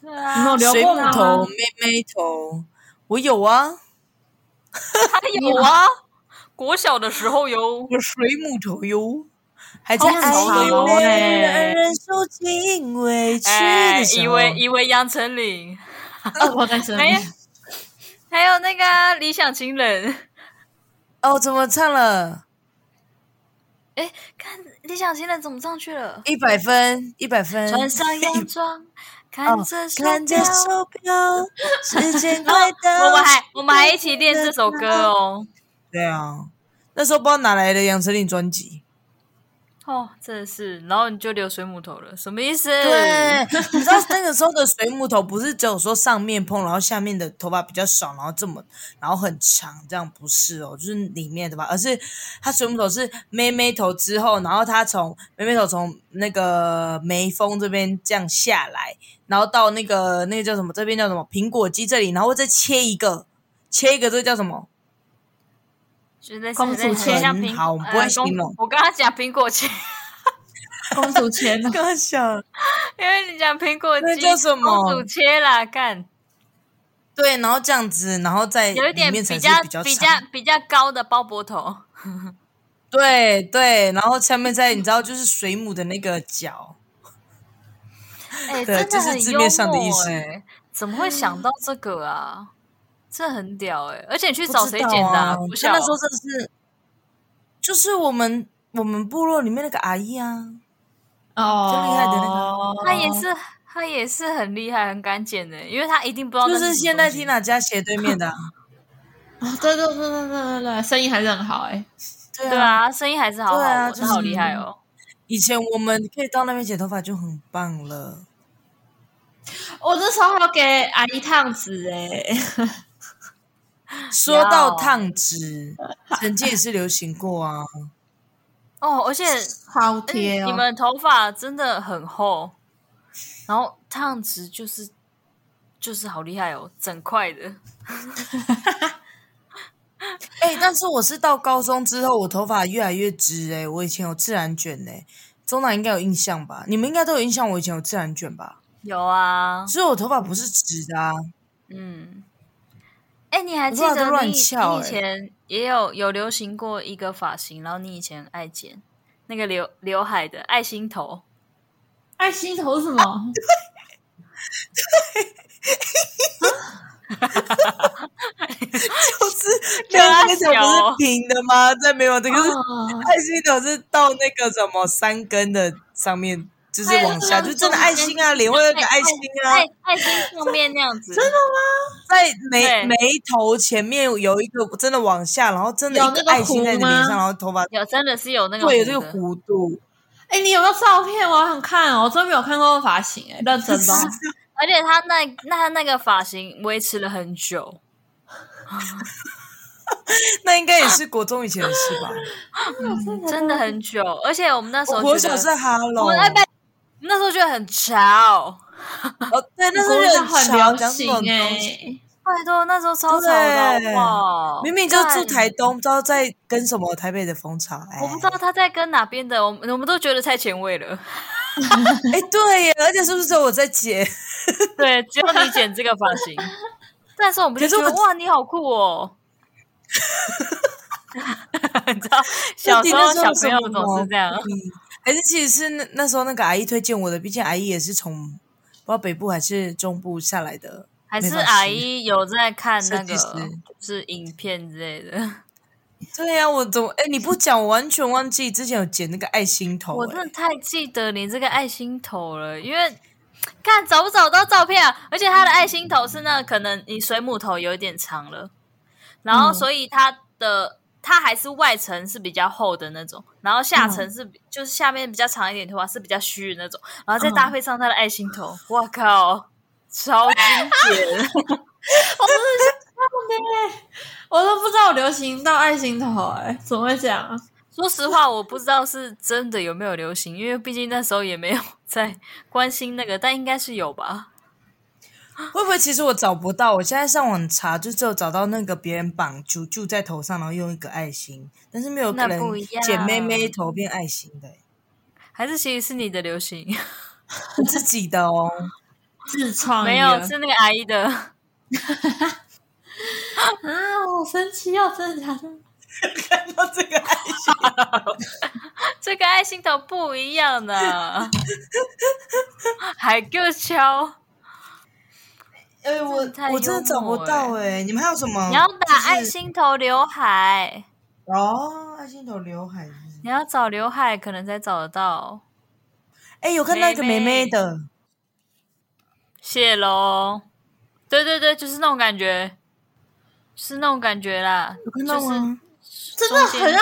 Speaker 2: 对
Speaker 3: 你
Speaker 2: 啊，
Speaker 3: 有留
Speaker 1: 水
Speaker 3: 过
Speaker 1: 母
Speaker 3: 吗？
Speaker 1: 头、妹妹头，我有啊。
Speaker 2: 他有啊，国小的时候有。
Speaker 1: 我水母头哟，还在
Speaker 2: 好
Speaker 1: 爱
Speaker 2: 潮
Speaker 1: 里
Speaker 2: 欸
Speaker 1: 被人忍受尽委屈
Speaker 2: 哎
Speaker 1: 的，时
Speaker 2: 以
Speaker 1: 候，
Speaker 2: 为以为杨丞琳，
Speaker 3: 恶哦婆在身
Speaker 2: 还有
Speaker 3: 边，
Speaker 2: 还有那个啊理想情人，
Speaker 1: 哦，怎么唱了？
Speaker 2: 哎，看理想情人怎么上去了？
Speaker 1: 一百分，一百分，
Speaker 2: 穿上洋装，看
Speaker 1: 嗯哦
Speaker 2: 着手
Speaker 1: 看着
Speaker 2: 表。
Speaker 1: 手 表，时间
Speaker 2: 然后
Speaker 1: 快到，
Speaker 2: 哦我们还我们还一起练这首歌哦。
Speaker 1: 对啊，那时候不知道哪来的杨丞琳专辑，
Speaker 2: 哦，真的是，然后你就留水母头了，什么意思？嗯
Speaker 1: 对，你知道那个时候的水母头不是只有说上面碰，然后下面的头发比较少，然后这么，然后很长，这样不是哦，就是里面的吧，而是它水母头是妹妹头之后，然后它从妹妹头从那个眉峰这边这样下来，然后到那个那个叫什么，这边叫什么苹果肌这里，然后再切一个，切一个这个叫什么？
Speaker 2: 就类似
Speaker 3: 公主
Speaker 2: 类似
Speaker 3: 唇
Speaker 2: 像苹
Speaker 1: 好我不会形容
Speaker 2: 呃公我刚刚讲苹果肌，
Speaker 3: 公主签了，
Speaker 1: 刚刚想
Speaker 2: 因为你讲苹果肌，
Speaker 1: 那叫什么
Speaker 2: 公主切啦，干，
Speaker 1: 对，然后这样子，然后再
Speaker 2: 有一点
Speaker 1: 里面
Speaker 2: 比
Speaker 1: 才是
Speaker 2: 较
Speaker 1: 比较
Speaker 2: 比
Speaker 1: 长
Speaker 2: 较比较高的包脖头，
Speaker 1: 对对，然后下面再你知道就是水母的那个脚，
Speaker 2: 哎，
Speaker 1: 对
Speaker 2: 真
Speaker 1: 这
Speaker 2: 的
Speaker 1: 是
Speaker 2: 很
Speaker 1: 字
Speaker 2: 幽
Speaker 1: 面上的意
Speaker 2: 默
Speaker 1: 思
Speaker 2: 哎，怎么会想到这个啊？这很屌哎，而且你去
Speaker 1: 不
Speaker 2: 找
Speaker 1: 知
Speaker 2: 谁
Speaker 1: 道
Speaker 2: 剪的
Speaker 1: 啊
Speaker 2: 啊？？不
Speaker 1: 他
Speaker 2: 晓
Speaker 1: 那时候真的是，就是我们我们部落里面那个阿姨啊，
Speaker 3: 哦，
Speaker 1: 最厉害的
Speaker 3: 个
Speaker 1: 哦
Speaker 2: 他也是，他也是很厉害，很敢剪的，因为他一定不知哦道那
Speaker 1: 就是
Speaker 2: 什么
Speaker 1: 是
Speaker 2: 东西。
Speaker 1: 现在 Tina 家斜对面的 啊、
Speaker 3: 哦，对对对对对对对，生意还是很好哎、
Speaker 1: 对
Speaker 2: 对
Speaker 1: 啊，
Speaker 2: 啊，声音还是好好，
Speaker 1: 对啊
Speaker 2: 我
Speaker 1: 就
Speaker 2: 真的好
Speaker 1: 是
Speaker 2: 厉害哦。
Speaker 1: 以前我们可以到那边剪头发就很棒 了。
Speaker 3: 我那时候还有给阿姨烫纸哎、
Speaker 1: 说到烫纸，曾经也是流行过啊，
Speaker 2: 哦，而且
Speaker 3: 好
Speaker 1: 哦
Speaker 3: 哦
Speaker 2: 嗯你们头发真的很厚，然后烫直就是就是好厉害哦，整块的。
Speaker 1: 哎、但是我是到高中之后，我头发越来越直哎、我以前有自然卷哎、中南应该有印象吧？你们应该都有印象，我以前有自然卷吧？
Speaker 2: 有啊，
Speaker 1: 所以我头发不是直的啊，
Speaker 2: 嗯，哎，你还
Speaker 1: 我
Speaker 2: 记
Speaker 1: 头发
Speaker 2: 得
Speaker 1: 都乱
Speaker 2: 你
Speaker 1: 翘
Speaker 2: 你以
Speaker 1: 欸
Speaker 2: 前也有有流行过一个发型，然后你以前爱剪，那个刘刘海的爱心头，
Speaker 3: 爱心头是什么？
Speaker 1: 就是那个那条不
Speaker 2: 小
Speaker 1: 是平的吗？在没有这个是
Speaker 2: 哦
Speaker 3: 嗯
Speaker 1: 爱心头是到那个什么三根的上面，就是
Speaker 2: 哎
Speaker 1: 往下，
Speaker 2: 那
Speaker 1: 就
Speaker 2: 个
Speaker 1: 真的爱心啊，脸会有个爱心啊
Speaker 2: 爱，爱心上面那样子，
Speaker 3: 真的
Speaker 1: 在眉
Speaker 2: 对
Speaker 1: 眉头前面有一个真的往下，然后真的
Speaker 3: 有
Speaker 1: 一
Speaker 3: 那个
Speaker 1: 爱心
Speaker 3: 弧
Speaker 1: 在你
Speaker 3: 吗
Speaker 1: 脸上，然后头发
Speaker 2: 有真的是有那个
Speaker 1: 会有这个
Speaker 2: 弧的
Speaker 1: 弧度。
Speaker 3: 哎、你有没有照片？我好想看哦，我真没有看过这发型、哎，认真的哦。
Speaker 2: 而且他那那他那个发型维持了很久，
Speaker 1: 那应该也是国中以前的事吧？
Speaker 2: 真的很久，而且我们那时
Speaker 1: 我
Speaker 2: 候
Speaker 1: 国
Speaker 2: 觉
Speaker 1: 小
Speaker 2: 得
Speaker 1: 是 Hello，
Speaker 2: 我们那边我们那时候觉得很潮，
Speaker 1: 哦，对，那时
Speaker 3: 国小
Speaker 1: 候
Speaker 3: 很
Speaker 1: 小，
Speaker 3: 流
Speaker 1: 讲这
Speaker 3: 行
Speaker 1: 种
Speaker 3: 哎、
Speaker 1: 东西。
Speaker 2: 拜托那时候超潮的
Speaker 1: 对
Speaker 2: 好不好
Speaker 1: 明明就住
Speaker 2: 干
Speaker 1: 台东，不知道在跟什么台北的风潮。哎
Speaker 2: 我不知道他在跟哪边的，我们我们都觉得太前卫了。
Speaker 1: 哎，对耶，而且是不是只有我在剪？
Speaker 2: 对，只有你剪这个发型， 但是我们就
Speaker 1: 可是
Speaker 2: 觉
Speaker 1: 我
Speaker 2: 得哇，你好酷哦！ 你知道小时候小朋友总是这样，
Speaker 1: 嗯还是其实是那那时候那个阿姨推荐我的，毕竟阿姨也是从不知道北部还是中部下来的。
Speaker 2: 还是
Speaker 1: 没关系
Speaker 2: 阿姨有在看那个
Speaker 1: 设计师
Speaker 2: 就是影片之类的。
Speaker 1: 对呀、我怎么哎你不讲，我完全忘记之前有剪那个爱心头、
Speaker 2: 我
Speaker 1: 哎
Speaker 2: 真的太记得你这个爱心头了，因为看找不找到照片啊，而且他的爱心头是那个可能你水母头有一点长了，然后
Speaker 1: 嗯
Speaker 2: 所以它的它还是外层是比较厚的那种，然后下层是比、就是下面比较长一点头发是比较虚的那种，然后再搭配上他的爱心头，我靠，超经典！
Speaker 3: 我都不知道流行到爱心头、哎，怎么会这样啊？
Speaker 2: 说实话，我不知道是真的有没有流行，因为毕竟那时候也没有 在关心那个，但应该是有吧。
Speaker 1: 会不会其实我找不到？我现在上网查，就只有找到那个别人绑揪揪在头上，然后用一个爱心，但是没有
Speaker 2: 那
Speaker 1: 可能
Speaker 2: 不一样
Speaker 1: 剪妹妹头变爱心的、
Speaker 2: 还是其实是你的流行。
Speaker 1: 我自己的 哦。
Speaker 3: 自创
Speaker 2: 没
Speaker 3: 一
Speaker 2: 有，
Speaker 3: 个
Speaker 2: 是那个阿姨的。
Speaker 3: 啊，好神奇哦，真的假的？
Speaker 1: 看到这个爱心，
Speaker 2: 这个爱心头不一样的， 还够
Speaker 1: 哦
Speaker 2: 敲。
Speaker 1: 哎、我
Speaker 2: 真的太
Speaker 1: 我真的找不
Speaker 2: 幽
Speaker 1: 到
Speaker 2: 默
Speaker 1: 哎、你们还有什么？
Speaker 2: 你要打
Speaker 1: 就是
Speaker 2: 爱心头刘海，
Speaker 1: 哦，爱心头刘海是不是。
Speaker 2: 你要找刘海，可能才找得到。
Speaker 1: 哎、有看到一个
Speaker 2: 妹
Speaker 1: 妹
Speaker 2: 妹
Speaker 1: 妹的，
Speaker 2: 谢喽。对对对，就是那种感觉，是那种感觉啦。
Speaker 1: 有看到吗？
Speaker 3: 真的很像，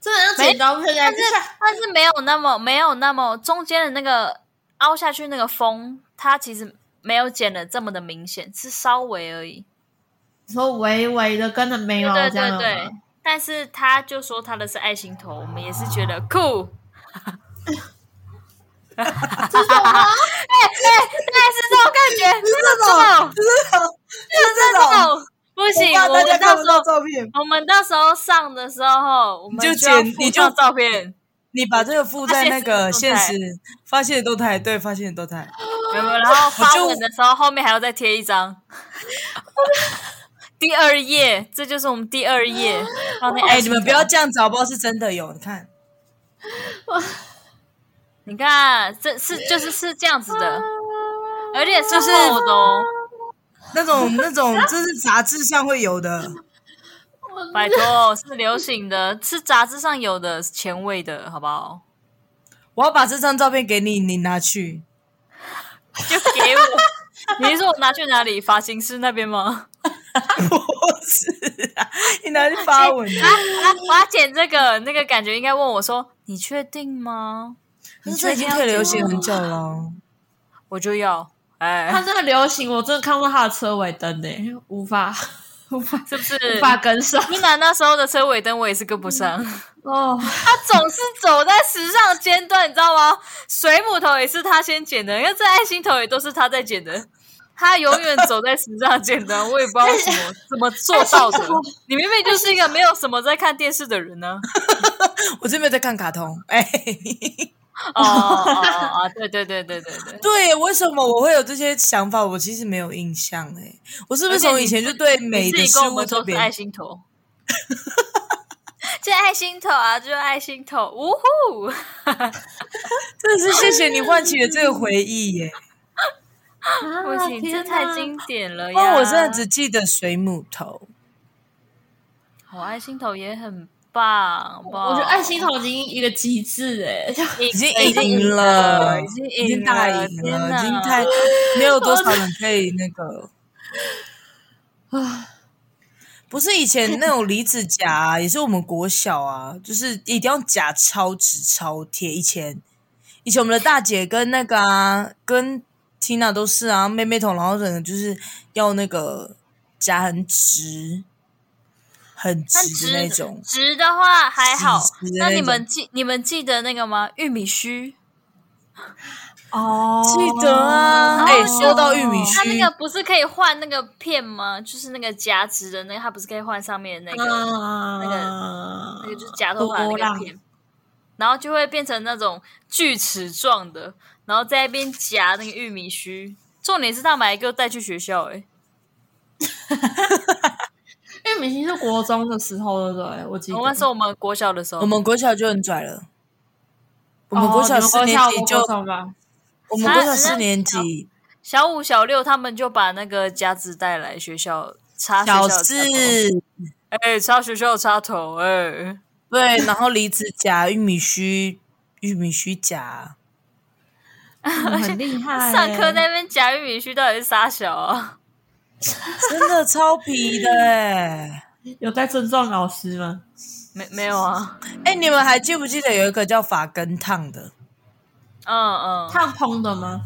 Speaker 3: 真的很像剪刀片哎在
Speaker 2: 但是但是没有那么没有那么中间的那个凹下去那个风，它其实没有剪的这么的明显，是稍微而已。
Speaker 3: 你说微微的跟着眉
Speaker 1: 哦
Speaker 3: 毛
Speaker 2: 对
Speaker 3: 这样
Speaker 2: 对
Speaker 3: 吗
Speaker 2: 对，但是他就说他的是爱心头，我们也是觉得酷。 这种吗？哎哎，对，哎是这种
Speaker 1: 哦
Speaker 2: 感觉，是
Speaker 1: 是
Speaker 2: 这种，不行，
Speaker 1: 哦我怕大
Speaker 2: 我们
Speaker 1: 家看
Speaker 2: 到
Speaker 1: 不
Speaker 2: 时候
Speaker 1: 到照片，
Speaker 2: 我们到时候上的时候，我们
Speaker 1: 就
Speaker 2: 要
Speaker 1: 剪
Speaker 2: 附
Speaker 1: 你就
Speaker 2: 上照片，
Speaker 1: 你把这个附在那个
Speaker 2: 发
Speaker 1: 现
Speaker 2: 现
Speaker 1: 实
Speaker 2: 实
Speaker 1: 发现的动态，对，发现的动 态，
Speaker 2: 有没有？然后发
Speaker 1: 就
Speaker 2: 文的时候，后面还要再贴一张。 第二页，这就是我们第二页。然后那
Speaker 1: 哎、
Speaker 2: 爱
Speaker 1: 你
Speaker 2: 心
Speaker 1: 们不要
Speaker 2: 头
Speaker 1: 这样找，不知道是真的有，你看，
Speaker 2: 你看，这是就是是这样子的，而且
Speaker 1: 就是
Speaker 2: 是厚的哦，
Speaker 1: 那种那种，这是杂志上会有的，
Speaker 2: 拜托，是流行的，是杂志上有的，是前卫的，好不好？
Speaker 1: 我要把这张照片给你，你拿去，
Speaker 2: 就给我，你是说我拿去哪里？发型师那边吗？
Speaker 1: 不是啊，你拿去发文啊，
Speaker 2: 啊，我要剪这个，那个感觉应该问我说，你确定吗？
Speaker 1: 可是这已经退流行很久了哦，
Speaker 2: 我就要，
Speaker 3: 它
Speaker 2: 哎，
Speaker 3: 真的流行，我真的看不到它的车尾灯呢、无法 无法
Speaker 2: 是不是？
Speaker 3: 无法跟上
Speaker 2: 不然那时候的车尾灯我也是跟不上，
Speaker 3: 哦。
Speaker 2: 他总是走在时尚尖端，你知道吗？水母头也是他先剪的，因为这爱心头也都是他在剪的。他永远走在时尚尖端，我也不知道为 什么怎么做到的
Speaker 3: 爱心头。
Speaker 2: 你明明就是一个没有什么在看电视的 人呢、
Speaker 1: 我这边在看卡通，哎、
Speaker 2: 哦哦哦哦，对对对对对对，
Speaker 1: 对，为什么我会有这些想法？我其实没有印象哎、我是不是
Speaker 2: 而且
Speaker 1: 从
Speaker 2: 你
Speaker 1: 以前
Speaker 2: 自
Speaker 1: 就对
Speaker 2: 你
Speaker 1: 美
Speaker 2: 自
Speaker 1: 的
Speaker 2: 己
Speaker 1: 事
Speaker 2: 跟我
Speaker 1: 物
Speaker 2: 们
Speaker 1: 特
Speaker 2: 说是
Speaker 1: 别
Speaker 2: 爱心头。就爱心头啊，就爱心头，呜呼！
Speaker 1: 啊真的是谢谢你唤起了这个回忆哎 耶。
Speaker 3: 啊
Speaker 2: 不行，这太经典了
Speaker 1: 不然
Speaker 2: 呀！
Speaker 1: 我真的只记得水母头，
Speaker 2: 好哦爱心头也很棒，好不好
Speaker 3: 我觉得爱心头已经一个极致哎、欸，
Speaker 2: 已
Speaker 1: 已经
Speaker 2: 赢
Speaker 1: 赢了，
Speaker 2: 已经
Speaker 1: 已经
Speaker 2: 赢
Speaker 1: 大
Speaker 2: 了，
Speaker 1: 赢
Speaker 2: 天
Speaker 1: 了，
Speaker 2: 哪
Speaker 1: 已经太没有多少人可以那 个。不是以前那种离子夹啊、也是我们国小啊，就是一定要夹超直超贴。以前，以前我们的大姐跟那个啊，跟 Tina 都是啊，妹妹头，然后整个就是要那个夹很直，很
Speaker 2: 但
Speaker 1: 直
Speaker 2: 直
Speaker 1: 的那种。
Speaker 2: 直的话还好
Speaker 1: 直直，的
Speaker 2: 那
Speaker 1: 那
Speaker 2: 你
Speaker 1: 种
Speaker 2: 们记你们记得那个吗？玉米须，
Speaker 3: 哦，
Speaker 1: 记得啊，哎、
Speaker 2: 然后
Speaker 1: 说到玉米须，
Speaker 2: 哦它那个不是可以换那个片吗？就是那个夹直的那个，它不是可以换上面的那
Speaker 1: 啊
Speaker 2: 个，
Speaker 3: 那
Speaker 2: 那个就是夹头发的
Speaker 3: 波
Speaker 2: 那个
Speaker 3: 浪
Speaker 2: 片，然后就会变成那种锯齿状的，然后在那边夹那个玉米须。重点是他买一个带去学校、欸，
Speaker 3: 因为明星是国中的时候，对不对？我记得
Speaker 2: 我那时候我们国小的时候，
Speaker 1: 我们国小就很拽了，我们国小四年级就，
Speaker 3: 哦你们国小我国中吧
Speaker 1: 我们国小四年级，
Speaker 2: 小五、小六他们就把那个夹子带来学校插学校
Speaker 1: 小
Speaker 2: 的插头
Speaker 1: 四，
Speaker 2: 哎、插学校的插头，哎、
Speaker 1: 对，然后离子夹、玉米须、玉米须夹，
Speaker 3: 嗯很厉
Speaker 1: 哎
Speaker 3: 害欸、
Speaker 2: 上课在那边夹玉米须到底是啥小啊？
Speaker 1: 真的超皮的哎、
Speaker 3: 有在尊重老师吗？
Speaker 2: 没没有啊？
Speaker 1: 哎、你们还记不记得有一个叫发根烫的？
Speaker 2: 嗯嗯，
Speaker 3: 烫蓬的吗？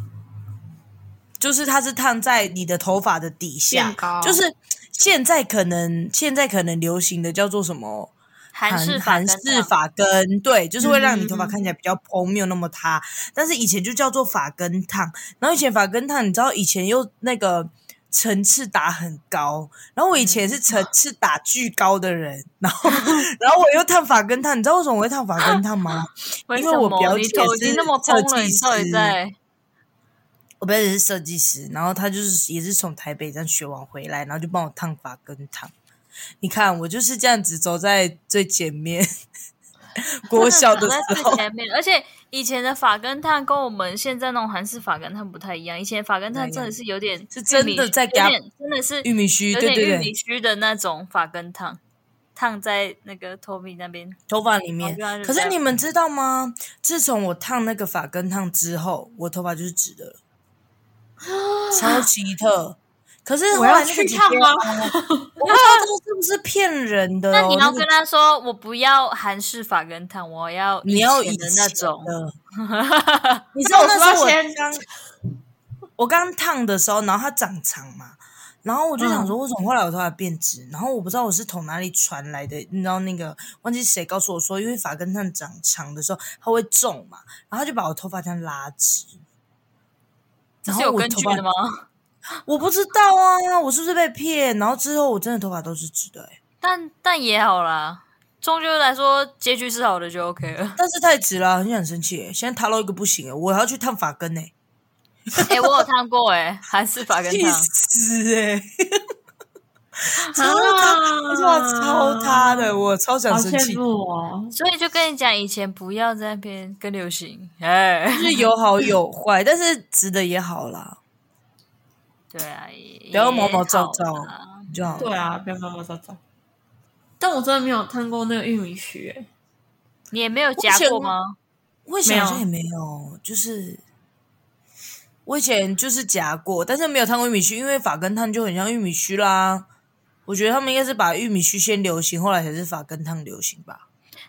Speaker 1: 就是它是烫在你的头发的底下
Speaker 3: 变高，
Speaker 1: 就是现在可能现在可能流行的叫做什么？
Speaker 2: 韩式法
Speaker 1: 韩
Speaker 2: 跟
Speaker 1: 式
Speaker 2: 法，
Speaker 1: 发根，对，就是会让你头发
Speaker 3: 嗯
Speaker 1: 看起来比较蓬，没有那么塌。但是以前就叫做发根烫，然后以前发根烫，你知道以前又那个层次打很高，然后我以前
Speaker 2: 嗯
Speaker 1: 是层次打巨高的人，然后 然后我又烫发根烫，你知道为什么我会烫发根烫 吗？
Speaker 2: 为
Speaker 1: 因
Speaker 2: 什
Speaker 1: 为我
Speaker 2: 么
Speaker 1: 表
Speaker 2: 你
Speaker 1: 姐
Speaker 2: 头已经
Speaker 1: 是
Speaker 2: 那么蓬
Speaker 1: 设
Speaker 2: 了，
Speaker 1: 计
Speaker 2: 你到底
Speaker 1: 师
Speaker 2: 在？
Speaker 1: 我表姐是设计师，然后她就是也是从台北这样学完回来，然后就帮我烫发根烫。你看，我就是这样子走在最前面。 国小的
Speaker 2: 真
Speaker 1: 时
Speaker 2: 走在最
Speaker 1: 候，
Speaker 2: 前面，而且以前的发根烫跟我们现在那种韩式发根烫不太一样。以前发根烫真的是有点
Speaker 1: 是真的
Speaker 2: 玉米
Speaker 1: 在
Speaker 2: 有
Speaker 1: 给它
Speaker 2: 点真的是
Speaker 1: 玉米须，
Speaker 2: 有
Speaker 1: 对
Speaker 2: 点
Speaker 1: 对
Speaker 2: 玉米
Speaker 1: 对，
Speaker 2: 须的那种发根烫，烫在那个头皮那边。
Speaker 1: 头发里面
Speaker 2: 哦原来。是
Speaker 1: 可是
Speaker 2: 这样
Speaker 1: 你们知道吗？自从我烫那个发根烫之后，我头发就是直的了，
Speaker 2: 啊
Speaker 1: 超奇特。可是后
Speaker 3: 我要
Speaker 1: 来那
Speaker 3: 去
Speaker 1: 个姐姐
Speaker 3: 烫吗？
Speaker 1: 我不知道这是不是骗人的、哦。
Speaker 2: 那你要
Speaker 1: 个
Speaker 2: 跟他说，我不要韩式发根烫，我要
Speaker 1: 你要以
Speaker 2: 以前的那种。
Speaker 1: 的。你知道那时候
Speaker 3: 我
Speaker 1: 我
Speaker 3: 先
Speaker 1: 刚我刚烫的时候，然后它长长嘛，然后我就想说，
Speaker 2: 嗯
Speaker 1: 为什么后来我头发变直？然后我不知道我是从哪里传来的，你知道那个忘记谁告诉我说，因为发根烫长长的时候它会重嘛，然后他就把我头发这样拉直。
Speaker 2: 这
Speaker 1: 然
Speaker 2: 是
Speaker 1: 后
Speaker 2: 有
Speaker 1: 我
Speaker 2: 根
Speaker 1: 头
Speaker 2: 据
Speaker 1: 发
Speaker 2: 的吗？
Speaker 1: 我不知道啊，我是不是被骗？然后之后我真的头发都是直的、欸，
Speaker 2: 但但也好啦，终究来说，结局是好的就 OK 了。
Speaker 1: 但是太直了，很想生气、欸。现在塌到一个不行、欸，我还要去烫发根呢、欸，
Speaker 2: 哎、我有烫过哎、韩式发根
Speaker 1: 气
Speaker 2: 烫。
Speaker 1: 死 哎、超塌，
Speaker 3: 啊
Speaker 1: 哇，超塌的，我超想
Speaker 3: 好
Speaker 1: 生气
Speaker 3: 羡。慕哦！
Speaker 2: 所以就跟你讲，以前不要在那边跟流行， 哎，
Speaker 1: 就是有好有坏，但是直的也好啦，
Speaker 2: 对啊，也
Speaker 1: 不要毛毛躁
Speaker 2: 也
Speaker 1: 躁
Speaker 2: 好啦
Speaker 1: 就好。
Speaker 3: 对啊，不要慢慢找找。但我真的没有烫过那个玉米须、欸，
Speaker 2: 你也没有夹过吗？
Speaker 1: 我以前好像也没有，就是我以前就是夹过，但是没有烫过玉米须，因为发根烫就很像玉米须啦。我觉得他们应该是把玉米须先流行，后来才是发根烫流行吧。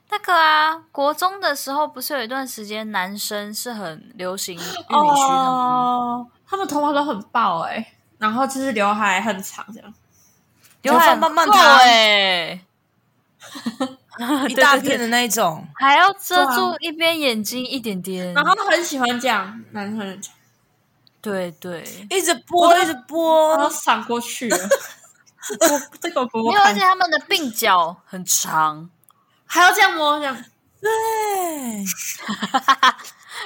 Speaker 2: 那个啊，国中的时候不是有一段时间男生是很流行玉米须的吗？
Speaker 3: 哦，他们头发都很爆哎、然后就是刘海很长这样。
Speaker 2: 刘海
Speaker 1: 头发慢慢
Speaker 2: 烫
Speaker 1: 塌
Speaker 2: 哎，
Speaker 1: 一大片的那一种，
Speaker 2: 还要遮
Speaker 3: 对
Speaker 2: 住一边眼睛一点点，
Speaker 3: 然后很喜欢这样，男生很喜欢
Speaker 2: 对对，
Speaker 1: 一直播一直播
Speaker 3: 然，后闪过去了。我哦 这个不
Speaker 2: 没有，而
Speaker 3: 看
Speaker 2: 且，他们的鬓角很长，
Speaker 3: 还要这样摸这样。
Speaker 1: 对，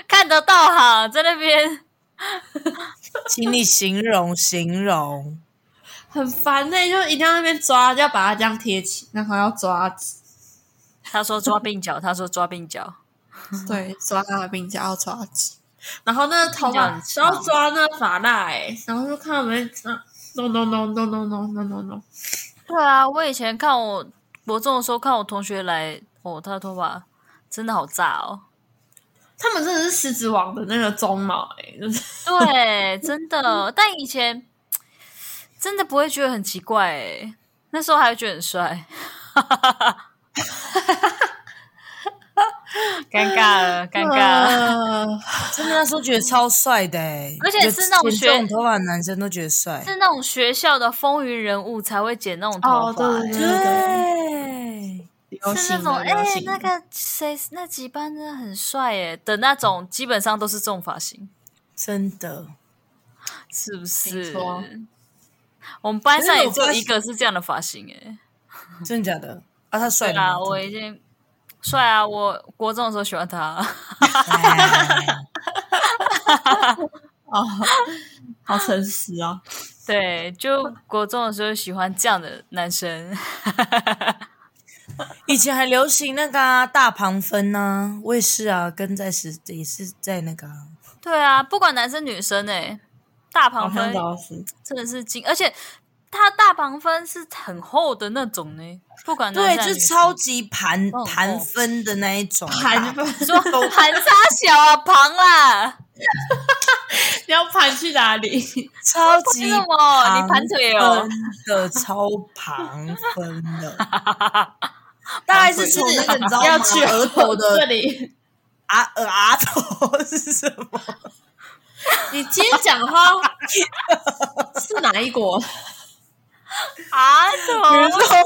Speaker 2: 看得到哈，在那边
Speaker 1: 请你形容形容。
Speaker 3: 欸很烦呢、就一定要那边抓，就要把它这样贴起，然后要抓直。
Speaker 2: 他说抓鬓角，他说抓鬓角，
Speaker 3: 对，抓他的鬓角要抓直，然后那个头发
Speaker 2: 鬓角
Speaker 3: 是要抓那个发蜡哎，然后就看我们啊，no no no no no no no no no，
Speaker 2: 对啊，我以前看我国中的时候看我同学来，哦，他的头发真的好炸哦，
Speaker 3: 他们真的是狮子王的那个鬃毛哎，就是
Speaker 2: 对，真的，但以前真的不会觉得很奇怪哎，那时候还觉得很帅，尴尬了，尴
Speaker 3: 呃
Speaker 2: 尬
Speaker 3: 嗯
Speaker 2: 了。
Speaker 3: 了。
Speaker 1: 真的那时候觉得超帅的、欸，
Speaker 2: 而且是那种
Speaker 1: 剪
Speaker 2: 学
Speaker 1: 这种头发的男生都觉得帅，
Speaker 2: 是那种学校的风云人物才会剪那种头
Speaker 3: 哦
Speaker 2: 发、
Speaker 3: 对
Speaker 2: 欸
Speaker 1: 对，
Speaker 3: 流
Speaker 2: 是那
Speaker 3: 行
Speaker 2: 种
Speaker 3: 的，
Speaker 2: 哎、
Speaker 3: 流
Speaker 2: 欸
Speaker 3: 行
Speaker 2: 那
Speaker 3: 的，
Speaker 2: 个谁，那几班真的很帅哎、的那种，基本上都是这种发型，
Speaker 1: 真的。
Speaker 2: 是不是
Speaker 3: 没错？
Speaker 2: 我们班上也
Speaker 1: 可是
Speaker 2: 只
Speaker 1: 我
Speaker 2: 有
Speaker 1: 发
Speaker 2: 一个是这样的发型哎、
Speaker 1: 真的假的？啊，他帅
Speaker 2: 对啊，
Speaker 1: 吗？
Speaker 2: 我已经帅啊！我国中的时候喜欢他，
Speaker 1: 哎
Speaker 3: 哦，好诚实哦。
Speaker 2: 对，就国中的时候喜欢这样的男生。
Speaker 1: 以前还流行那个、啊、大旁分呢、我也是啊，跟在时也是在那个、啊，
Speaker 2: 对啊，不管男生女生哎、大
Speaker 3: 好
Speaker 2: 旁
Speaker 3: 像
Speaker 2: 分
Speaker 3: 倒是，
Speaker 2: 真的是金，而且他大旁分是很厚的那种呢、不管男
Speaker 1: 对，
Speaker 2: 生
Speaker 1: 就
Speaker 2: 女生
Speaker 1: 超级盘
Speaker 2: 哦
Speaker 1: 盘分的那一种，
Speaker 3: 盘分，
Speaker 2: 你说盘差小啊，旁啦，
Speaker 3: 你 要盘去哪里？
Speaker 1: 超
Speaker 2: 为
Speaker 1: 级
Speaker 2: 什么你盘腿哦
Speaker 1: 分？的，超旁分的， 大概是从那个你知道
Speaker 3: 要
Speaker 1: 吗？
Speaker 3: 去
Speaker 1: 额头
Speaker 3: 这
Speaker 1: 的
Speaker 3: 里。
Speaker 1: 啊额额头 是什么？
Speaker 3: 你今天讲的话是哪一国？
Speaker 2: 啊，怎
Speaker 1: 比如
Speaker 2: 么？
Speaker 1: 说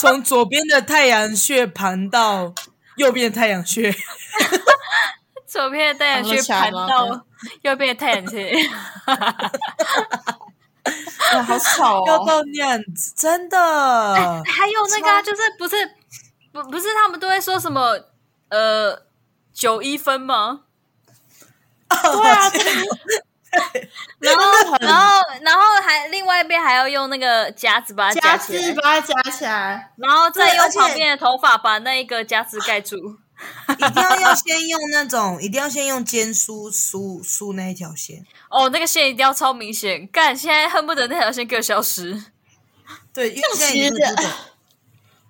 Speaker 1: 从左边的太阳穴盘到右边的太阳穴，
Speaker 2: 左边的太阳
Speaker 3: 绑得
Speaker 2: 穴
Speaker 3: 起
Speaker 1: 啊
Speaker 3: 来
Speaker 2: 盘
Speaker 3: 吗
Speaker 2: 到右边的太阳穴，
Speaker 3: 哇，好吵 哦
Speaker 1: 要！到那样子，真 的
Speaker 2: 还有那个啊、就是不是不不是他们都会说什么呃九一分吗？
Speaker 3: 对啊，这个
Speaker 2: 然后然后然后还另外一边还要用那个夹子把它夹
Speaker 3: 夹
Speaker 2: 起来
Speaker 3: 子把它夹起来，
Speaker 2: 然后再
Speaker 1: 对
Speaker 2: 用
Speaker 1: 而且
Speaker 2: 旁边的头发把那一个夹子盖住。
Speaker 1: 一定要要先用那种，一定要先用尖梳梳梳那一条线。
Speaker 2: 哦，那个线一定要超明显，干！现在恨不得那条线给我消失。
Speaker 1: 对，因为现在
Speaker 3: 其
Speaker 1: 已经有
Speaker 3: 实
Speaker 1: 这种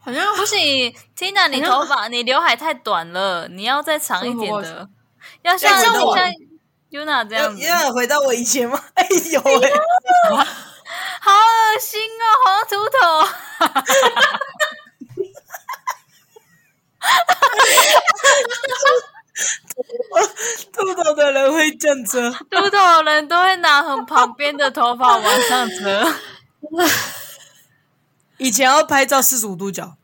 Speaker 3: 好像
Speaker 2: 不行，Tina，你头发你刘海太短了，你要再长一点
Speaker 3: 我
Speaker 2: 的，要像
Speaker 1: 哎这样我呃
Speaker 2: 像 Yuna 这样
Speaker 1: 要
Speaker 2: 子，
Speaker 1: 要回到我以前吗？哎有哎、
Speaker 2: 好恶心哦，好像秃头。
Speaker 1: 秃头的人会这样子，
Speaker 2: 秃头的人都会拿很旁边的头发往上折，
Speaker 1: 以前要拍照四十五度角，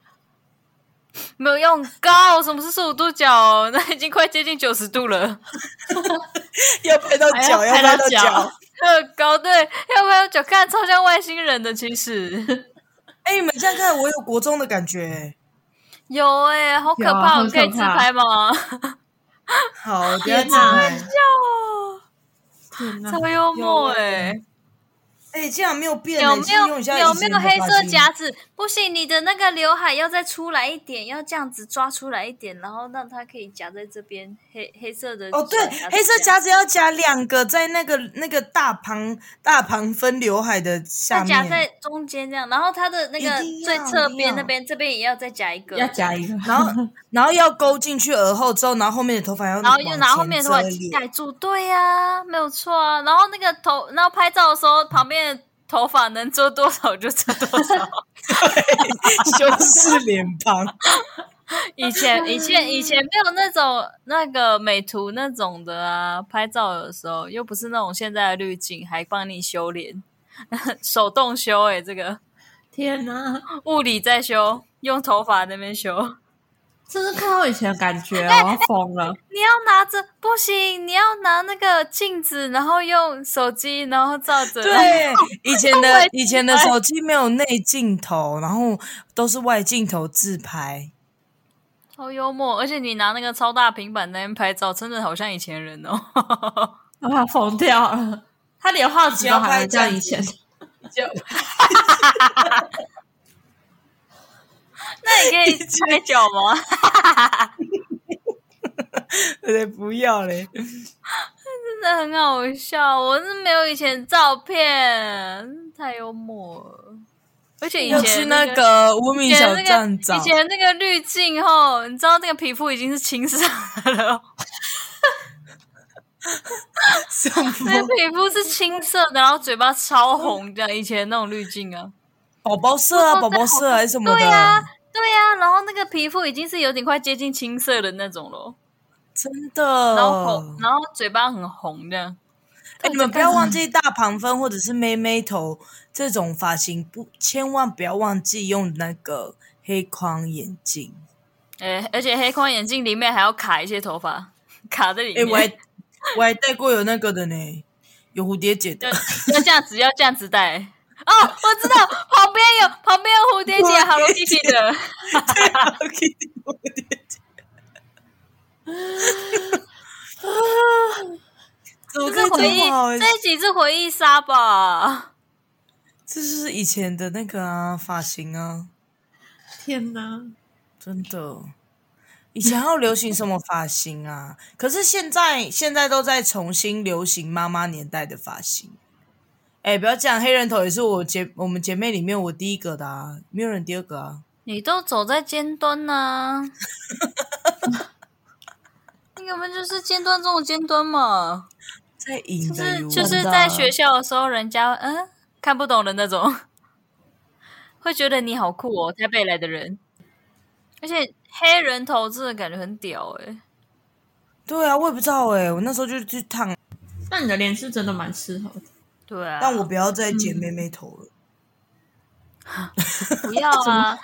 Speaker 2: 没有用高，什么是四五度角、哦？那已经快接近九十度了。
Speaker 1: 要拍到
Speaker 3: 还
Speaker 1: 脚，
Speaker 3: 要拍
Speaker 1: 哎拍
Speaker 3: 到
Speaker 1: 脚
Speaker 3: 脚。
Speaker 2: 呃，高对，要不要脚看超像外星人的？其实
Speaker 1: 哎、你们这样看，我有国中的感觉、
Speaker 2: 有哎、好可
Speaker 3: 有啊
Speaker 2: 怕！
Speaker 3: 很
Speaker 2: 我可以
Speaker 3: 可
Speaker 2: 自
Speaker 3: 怕
Speaker 2: 拍吗？
Speaker 1: 好，我等一下自
Speaker 3: 天哪
Speaker 1: 拍。
Speaker 2: 哟，
Speaker 3: 天哪
Speaker 2: 超幽
Speaker 1: 有
Speaker 2: 默哎、
Speaker 1: 欸哎、竟然没有变、欸，
Speaker 2: 有没
Speaker 1: 先
Speaker 2: 有
Speaker 1: 用一下
Speaker 2: 有
Speaker 1: 以
Speaker 2: 没
Speaker 1: 前
Speaker 2: 有
Speaker 1: 的
Speaker 2: 黑
Speaker 1: 发
Speaker 2: 色
Speaker 1: 型？
Speaker 2: 夹子？不行，你的那个刘海要再出来一点，要这样子抓出来一点，然后让它可以夹在这边。黑黑色的
Speaker 1: 哦，对
Speaker 2: 小夹，子
Speaker 1: 黑色
Speaker 2: 这样，
Speaker 1: 夹子要夹两个，在那个那个大旁大旁分刘海的下
Speaker 2: 它夹
Speaker 1: 面，
Speaker 2: 在中间这样，然后它的那个
Speaker 1: 一定要
Speaker 2: 最侧边
Speaker 1: 一定要
Speaker 2: 那边这边也要再夹一个，
Speaker 3: 要夹一个，
Speaker 1: 然后然后要勾进去耳后之后，然后后面的头发要
Speaker 2: 然后
Speaker 1: 往
Speaker 2: 又拿后
Speaker 1: 前
Speaker 2: 面的头发
Speaker 1: 遮脸
Speaker 2: 盖住，对呀、没有错啊。然后那个头，然后拍照的时候，旁边的头发能遮多少就遮多少。
Speaker 1: 修饰脸庞，
Speaker 2: 以前以前以前没有那种那个美图那种的啊，拍照有的时候又不是那种现在的滤镜，还帮你修脸， 手动修哎、这个
Speaker 3: 天哪！
Speaker 2: 物理在修，用头发那边修。
Speaker 3: 真是看到以前的感觉 哦，我要疯了。
Speaker 2: 你要拿着不行，你要拿那个镜子，然后用手机，然后照 着。
Speaker 1: 对，以前 的以前的手机没有内镜头，然后都是外镜头自拍，
Speaker 2: 超幽默，而且你拿那个超大平板在那边拍照，真的好像以前人哦。
Speaker 3: 我要疯掉了。他连画质都还能 像以前，
Speaker 1: 就
Speaker 2: 那你可以开酒吗？
Speaker 1: 对，不要嘞。
Speaker 2: 真的很好笑，我是没有以前照片，太幽默了。而且以
Speaker 1: 要去
Speaker 2: 前
Speaker 1: 那
Speaker 2: 个
Speaker 1: 个无
Speaker 2: 以
Speaker 1: 名
Speaker 2: 前
Speaker 1: 小
Speaker 2: 那
Speaker 1: 站
Speaker 2: 个
Speaker 1: 长
Speaker 2: 以，前那个滤镜后，你知道那个皮肤已经是青色了，
Speaker 1: 什么
Speaker 2: 那个皮肤是青色的，然后嘴巴超红这样。以前那种滤镜啊，
Speaker 1: 宝宝色啊，
Speaker 2: 我说
Speaker 1: 宝宝色还是什么
Speaker 2: 对啊呀、
Speaker 1: 的，
Speaker 2: 对呀、然后那个皮肤已经是有点快接近青色的那种了，
Speaker 1: 真的。
Speaker 2: 然后红，然后嘴巴很红这样。
Speaker 1: 哎，你们不要忘记大旁分或者是妹妹头这种发型，不，千万不要忘记用那个黑框眼镜。
Speaker 2: 哎，而且黑框眼镜里面还要卡一些头发， 卡在里
Speaker 1: 哎，
Speaker 2: 面。
Speaker 1: 我 还我还戴过有那个的呢，有蝴蝶结的。
Speaker 2: 要这样子，要这样子戴。哦，我知道，旁边 有旁边有蝴蝶结，Hello Kitty 的，
Speaker 1: 蝴蝶结，怎么
Speaker 2: 这
Speaker 1: 可以哦
Speaker 2: 是回
Speaker 1: 这
Speaker 2: 忆
Speaker 1: 么好？，欸
Speaker 2: 这一集是回忆杀吧？
Speaker 1: 这就是以前的那个啊发型啊，
Speaker 3: 天哪！
Speaker 1: 真的。以前还有流行什么发型啊？可是现在现在都在重新流行妈妈年代的发型。哎、不要这样，黑人头也是我姐我们姐妹里面我第一个的啊，没有人第二个啊。
Speaker 2: 你都走在尖 端呐、那个不就是尖端中的尖端嘛？
Speaker 1: 在赢
Speaker 2: 就
Speaker 1: 的
Speaker 2: 是
Speaker 1: 哟，
Speaker 2: 就是在
Speaker 1: 啊
Speaker 2: 学校的时候，人家嗯看不懂的那种， 会觉得你好酷哦，台北来的人，而且黑人头真的感觉很屌哎、
Speaker 1: 对啊，我也不知道哎、我那时候就去烫，
Speaker 3: 那你的脸是真的蛮适合的。
Speaker 2: 对啊，
Speaker 1: 但我不要再剪妹妹头了。
Speaker 2: 不要啊！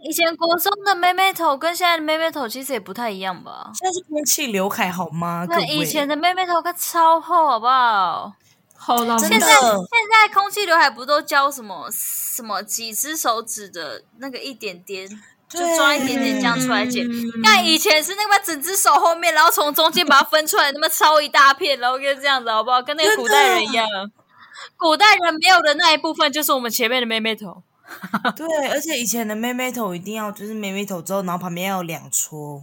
Speaker 2: 以前国中的妹妹头跟现在的妹妹头其实也不太一样吧？
Speaker 1: 现在是空气刘海好吗？各
Speaker 2: 那
Speaker 1: 位，
Speaker 2: 以前的妹妹头可超厚，好不好？
Speaker 3: 厚到哦
Speaker 1: 真
Speaker 2: 现
Speaker 1: 的
Speaker 2: 在现在空气刘海不都教什么什么几只手指的那个一点点，就
Speaker 1: 对
Speaker 2: 抓一点点这样出来剪。
Speaker 3: 嗯
Speaker 2: 但以前是那么整只手后面，然后从中间把它分出来，那么超一大片，然后跟这样子好不好？跟那个古代人一样，古代人没有的那一部分就是我们前面的妹妹头。
Speaker 1: 对，而且以前的妹妹头一定要就是妹妹头之后，然后旁边要有两撮，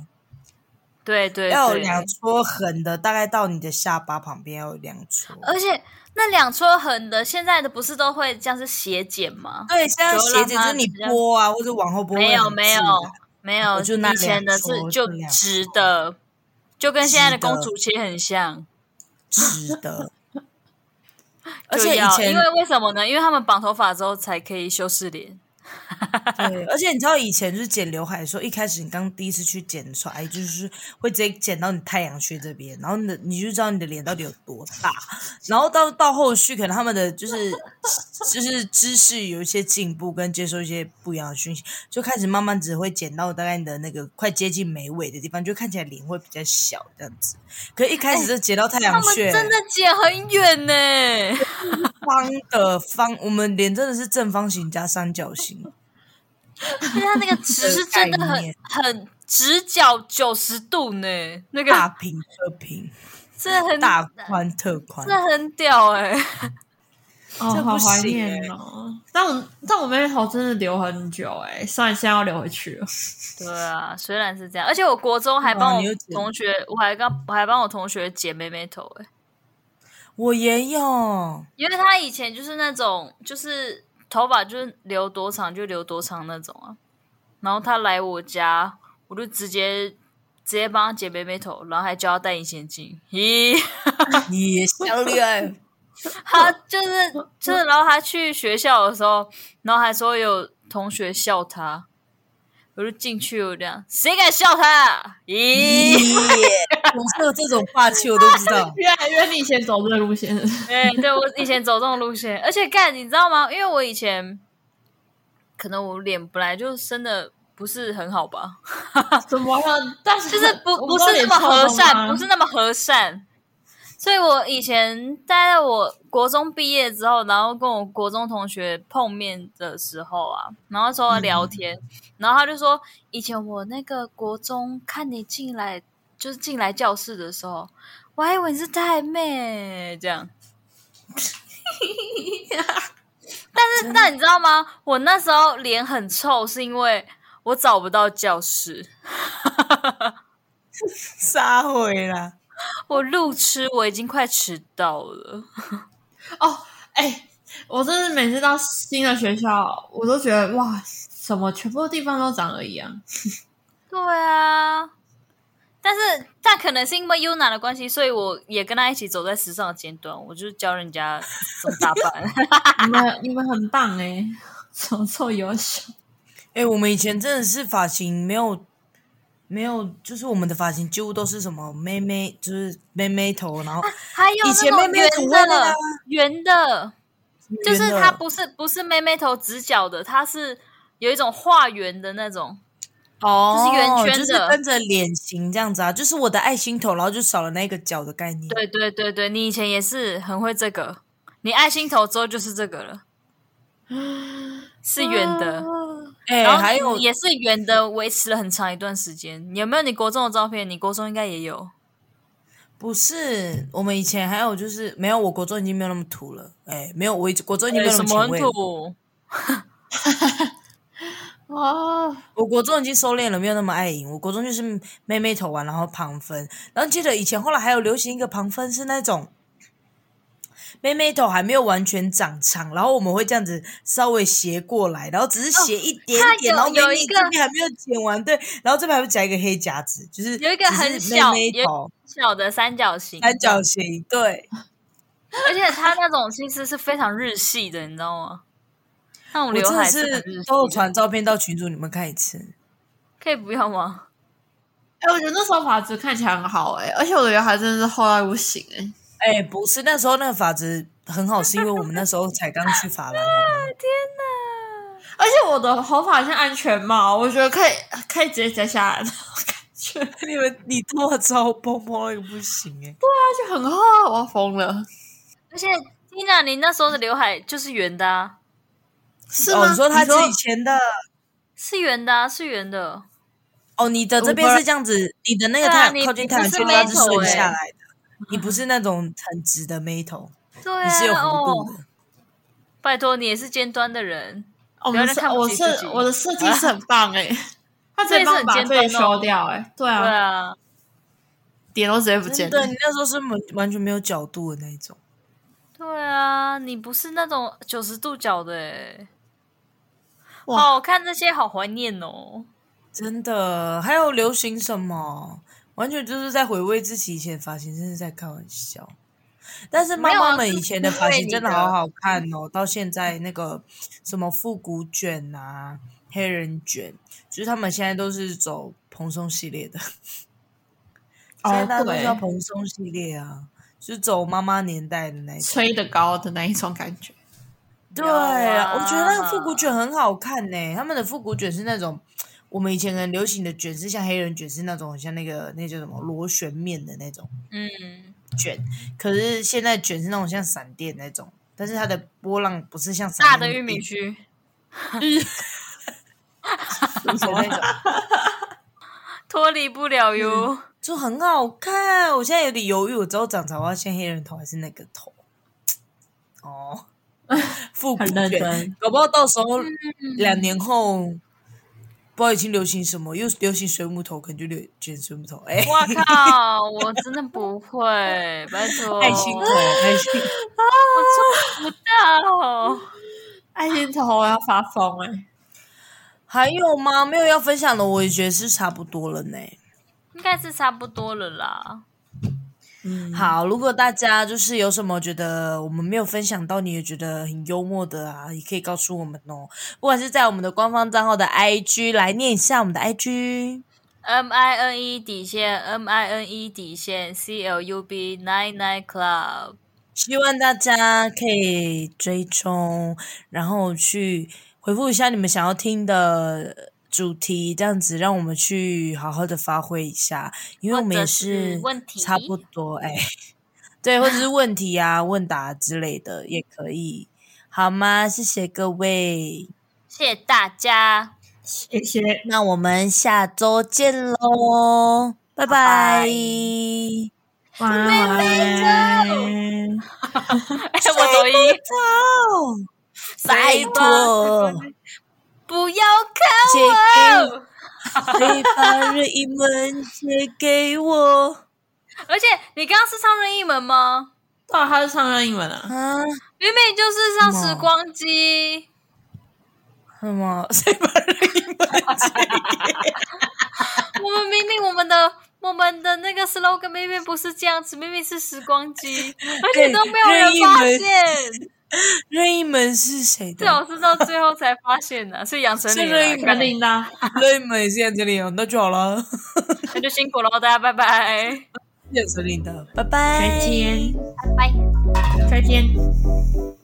Speaker 2: 对对对，
Speaker 1: 要有两撮横的，大概到你的下巴旁边要有两撮。
Speaker 2: 而且那两撮痕的，现在的不是都会这样是斜剪吗？
Speaker 1: 对，现在
Speaker 2: 就让
Speaker 1: 鞋子就
Speaker 2: 它
Speaker 1: 是你
Speaker 2: 比较
Speaker 1: 拨啊，或者往后拨会
Speaker 2: 没有
Speaker 1: 很自啊
Speaker 2: 没有
Speaker 1: 然。
Speaker 2: 没有，
Speaker 1: 我就那
Speaker 2: 以前的
Speaker 1: 两撮
Speaker 2: 是就
Speaker 1: 就两撮
Speaker 2: 直的，就跟现在的
Speaker 1: 直的
Speaker 2: 公主切很像。
Speaker 1: 直的。而
Speaker 2: 就
Speaker 1: 且以
Speaker 2: 要
Speaker 1: 前
Speaker 2: 因为为什么呢？因为他们绑头发之后才可以修饰脸。
Speaker 1: 对， 而且你知道以前就是剪刘海的时候，一开始你刚第一次去剪的时候，哎，就是会直接剪到你太阳穴这边，然后你的你就知道你的脸到底有多大。然后到到后续，可能他们的就是就是知识有一些进步，跟接受一些不一样的讯息，就开始慢慢只会剪到大概你的那个快接近眉尾的地方，就看起来脸会比较小这样子。可一开始就剪到太
Speaker 2: 哎他
Speaker 1: 阳
Speaker 2: 们
Speaker 1: 穴，
Speaker 2: 真的剪很远呢、
Speaker 1: 方的方，我们脸真的是正方形加三角形。
Speaker 2: 而且他那个直是真的
Speaker 1: 概
Speaker 2: 很
Speaker 1: 念
Speaker 2: 很直角九十度呢、那
Speaker 1: 大
Speaker 2: 个
Speaker 1: 平特平，
Speaker 2: 真的很
Speaker 1: 大宽特宽
Speaker 2: 真，的很屌哎、
Speaker 3: 哦，
Speaker 1: 这
Speaker 3: 好
Speaker 1: 不
Speaker 3: 怀
Speaker 1: 行
Speaker 3: 念哦。但我但我妹妹头真的留很久哎、虽然现在要留回去 了。。
Speaker 2: 对啊，虽然是这样，而且我国中还
Speaker 1: 哇
Speaker 2: 帮我
Speaker 1: 你有剪
Speaker 2: 同学，我还刚我还帮我同学剪妹妹头、欸，
Speaker 1: 我也有。
Speaker 2: 因为他以前就是那种就是头发就是留多长就留多长那种啊，然后他来我家，我就直接直接帮他剪妹妹头，然后还教他戴隐形眼镜，咦，
Speaker 1: 你小厉 害，
Speaker 2: 他就是就是，然后他去学校的时候，然后还说有同学笑他。我就进去，我这样，谁敢笑他啊？咦，
Speaker 1: 我是有这种霸气，我都不知道
Speaker 3: 原来原来你以前走这个路线，
Speaker 2: 哎、对我以前走这种路线，而且干，你知道吗？因为我以前可能我脸本来就生的不是很好吧，
Speaker 3: 怎么了？但是
Speaker 2: 就是不
Speaker 3: 我
Speaker 2: 不
Speaker 3: 知道
Speaker 2: 是那么和
Speaker 3: 脸臭
Speaker 2: 善，
Speaker 3: 吗
Speaker 2: 不是那么和善。所以我以前待在我国中毕业之后，然后跟我国中同学碰面的时候啊，然后说
Speaker 3: 嗯
Speaker 2: 聊天，然后他就说，以前我那个国中看你进来，就是进来教室的时候，我还以为你是太妹这样。 但是，但你知道吗？我那时候脸很臭，是因为我找不到教室，
Speaker 1: 杀回啦！
Speaker 2: 我路痴，我已经快迟到了。
Speaker 3: 哦，哎、我真是每次到新的学校，我都觉得哇，什么全部地方都长得 一样。
Speaker 2: 对啊，但是但可能是因为 Yuna 的关系，所以我也跟他一起走在时尚的尖端，我就是教人家怎么 打扮。
Speaker 3: 你们你们很棒哎、怎么这么优秀？
Speaker 1: 哎、我们以前真的是发型没有没有，就是我们的发型几乎都是什么妹妹，就是妹妹头，然后
Speaker 2: 还有
Speaker 1: 以前
Speaker 2: 那种
Speaker 1: 妹妹组
Speaker 2: 圆
Speaker 1: 会的
Speaker 2: 的
Speaker 1: 啦
Speaker 2: 圆的，就是
Speaker 1: 圆的
Speaker 2: 它不是不是妹妹头直角的，它是有一种画圆的那种。
Speaker 1: 哦
Speaker 2: 就是圆圈的
Speaker 1: 就是跟着脸型这样子啊，就是我的爱心头，然后就少了那个角的概念。
Speaker 2: 对对对对，你以前也是很会这个，你爱心头之后就是这 个了，是圆的。
Speaker 1: 哎、
Speaker 2: 然后
Speaker 1: 还有
Speaker 2: 也是圆的，维持了很长一段时间。有没有你国中的照片？你国中应该也有。
Speaker 1: 不是我们以前还有就是没有，我国中已经没有那么土了。哎、没有，我已国中已经没有那
Speaker 2: 哎什
Speaker 1: 么
Speaker 2: 么
Speaker 1: 前卫
Speaker 2: 很
Speaker 1: 了。
Speaker 2: 土？
Speaker 3: 哦，
Speaker 1: 我国中已经收敛了，没有那么爱赢。我国中就是妹妹头完，然后旁分。然后记得以前后来还有流行一个旁分是那种妹妹头还没有完全长长，然后我们会这样子稍微斜过来，然后只是斜一点点，
Speaker 2: 哦它有
Speaker 1: 然后妹
Speaker 2: 有
Speaker 1: 妹
Speaker 2: 一个
Speaker 1: 这边还没有剪完，对，然后这边还会夹一个黑夹子，就是
Speaker 2: 有一个很
Speaker 1: 只是
Speaker 2: 小
Speaker 1: 妹妹头
Speaker 2: 小的三角形，
Speaker 1: 三角形，对，
Speaker 2: 而且它那种其实是非常日系的，你知道吗？那种
Speaker 1: 我
Speaker 2: 刘
Speaker 1: 真
Speaker 2: 海
Speaker 1: 的
Speaker 2: 是很日
Speaker 1: 是
Speaker 2: 系
Speaker 1: 都有
Speaker 2: 的，
Speaker 1: 传照片到群组，你们看一次。
Speaker 2: 可以不要吗？
Speaker 3: 哎、我觉得那时候发质看起来很好哎、而且我的刘海真的是厚到不行哎、
Speaker 1: 哎、不是，那时候那个发质很好，是因为我们那时候才刚去法兰。好吗
Speaker 3: 而且我的头发像安全帽，我觉得可以可以直接摘下来的感觉，而
Speaker 1: 你们你头发超蓬蓬那个不行哎、
Speaker 3: 且很厚啊，我要疯了，
Speaker 2: 而且 Tina，你那时候的刘海就是圆的、啊，
Speaker 3: 是
Speaker 1: 哦，
Speaker 3: 吗？
Speaker 1: 你说他自己前的
Speaker 2: 是圆的、啊，是圆的。
Speaker 1: 哦，你的这边是这样子，你的那个
Speaker 2: 对啊
Speaker 1: 太
Speaker 2: 你
Speaker 1: 阳靠近太阳
Speaker 2: 你不
Speaker 1: 圈
Speaker 2: 是
Speaker 1: 它是哎
Speaker 2: metal
Speaker 1: 顺
Speaker 2: 欸
Speaker 1: 下来的，你不是那种很直的眉 头，
Speaker 2: 对
Speaker 1: 你是有
Speaker 2: 啊，
Speaker 1: 弧
Speaker 2: 哦
Speaker 1: 度，的。
Speaker 2: 拜托你也是尖端的人，
Speaker 3: 哦我
Speaker 2: 不
Speaker 3: 们
Speaker 2: 要再
Speaker 3: 是
Speaker 2: 看不
Speaker 3: 我
Speaker 2: 起
Speaker 3: 是
Speaker 2: 自己
Speaker 3: 我的设计 师很棒哎、他直
Speaker 2: 这也是
Speaker 3: 接帮我
Speaker 2: 很
Speaker 3: 把
Speaker 2: 尖
Speaker 3: 这里
Speaker 2: 端哦
Speaker 3: 修掉哎、对
Speaker 2: 对
Speaker 3: 啊，
Speaker 2: 啊，
Speaker 3: 点都直接不见
Speaker 1: 啊哦真
Speaker 3: 了
Speaker 1: 的，。你那时候是完完全没有角度的那一种。
Speaker 2: 对啊，你不是那种九十度角的欸
Speaker 3: 哇
Speaker 2: 哦，我看这些好怀念哦。
Speaker 1: 真的，还有流行什么？完全就是在回味自己以前的发型，真是在开玩笑。但是妈
Speaker 2: 没有啊
Speaker 1: 妈们以前的发型真的好好看哦，到现在那个什么复古卷啊、黑人卷，就是他们现在都是走蓬松系列的，
Speaker 3: 哦
Speaker 1: 现在大家都
Speaker 3: 对
Speaker 1: 是要蓬松系列啊，就是走妈妈年代的那一种。
Speaker 3: 吹得高的那一种感觉。
Speaker 1: 对，
Speaker 2: 有啊
Speaker 1: 我觉得那个复古卷很好看呢、他们的复古卷是那种我们以前很流行的卷，是像黑人卷，是那种很像那个那叫什么螺旋面的那种
Speaker 2: 嗯，
Speaker 1: 卷。可是现在卷是那种像闪电那种，但是它的波浪不是像闪
Speaker 2: 大
Speaker 1: 电
Speaker 2: 的
Speaker 1: 那
Speaker 2: 玉
Speaker 1: 么
Speaker 2: 米
Speaker 1: 低
Speaker 2: 须，
Speaker 1: 的那种，
Speaker 2: 脱离不了哟。
Speaker 1: 就很好看。我现在有点犹豫，我之后长长我要先黑人头还是那个头？哦，复古
Speaker 3: 很认
Speaker 1: 卷
Speaker 3: 真，嗯
Speaker 1: 搞不好到时候两年后，不知道已经流行什么，又流行水母头，可能就流卷水母头，哎、
Speaker 2: 哇靠！我真的不会，拜托，
Speaker 1: 爱心头，爱心头。
Speaker 2: 我做不到。
Speaker 3: 爱心头我要发疯哎、
Speaker 1: 还有吗？没有要分享的，我也觉得是差不多了呢。
Speaker 2: 应该是差不多了啦。
Speaker 3: 嗯，
Speaker 1: 好，如果大家就是有什么觉得我们没有分享到，你也觉得很幽默的啊，也可以告诉我们哦。不管是在我们的官方账号的 IG 来念一下我们的 IG，
Speaker 2: M I N E 底线，M I N E 底线，C L U B Nine Nine Club。
Speaker 1: 希望大家可以追踪，然后去回复一下你们想要听的主题，这样子让我们去好好的发挥一下，因为我们也
Speaker 2: 或者是问题
Speaker 1: 差不多 哎，对，或者是问题啊、问答之类的也可以，好吗？谢谢各位，
Speaker 2: 谢谢大家，
Speaker 3: 谢谢。
Speaker 1: 那我们下周见喽，拜
Speaker 2: 拜
Speaker 1: 拜。
Speaker 2: 拜
Speaker 3: 晚安，晚安。
Speaker 2: 哎，我抖音。
Speaker 1: 哦，拜
Speaker 2: 谁吧
Speaker 1: 托。
Speaker 2: 不啊要看
Speaker 1: 借给我，可以把任意门借给我
Speaker 2: 我！而且你刚刚是唱任意门吗？
Speaker 3: 对啊，他是唱任意门啊，
Speaker 1: 啊？
Speaker 2: 明明就是唱
Speaker 1: 什么
Speaker 2: 时光机，
Speaker 1: 什么？谁把任意门借给我？
Speaker 2: 我们明明我们的我们的那个 slogan 明明不是这样子，明明是时 光机，而且都没有人
Speaker 1: 任意
Speaker 2: 发
Speaker 1: 门
Speaker 2: 现。
Speaker 1: 任意门是谁
Speaker 2: 这种
Speaker 1: 的？
Speaker 2: 是到最后才发现的、所以养成
Speaker 1: 是
Speaker 2: 你
Speaker 1: 任意
Speaker 2: 了
Speaker 1: 门
Speaker 3: 肯定的啊。
Speaker 1: 任意门也是杨丞琳哦，那就好 了。
Speaker 2: 那就辛苦了，大家拜拜，
Speaker 1: 杨丞琳的，拜拜，
Speaker 3: 再见，
Speaker 2: 拜。
Speaker 3: 再见。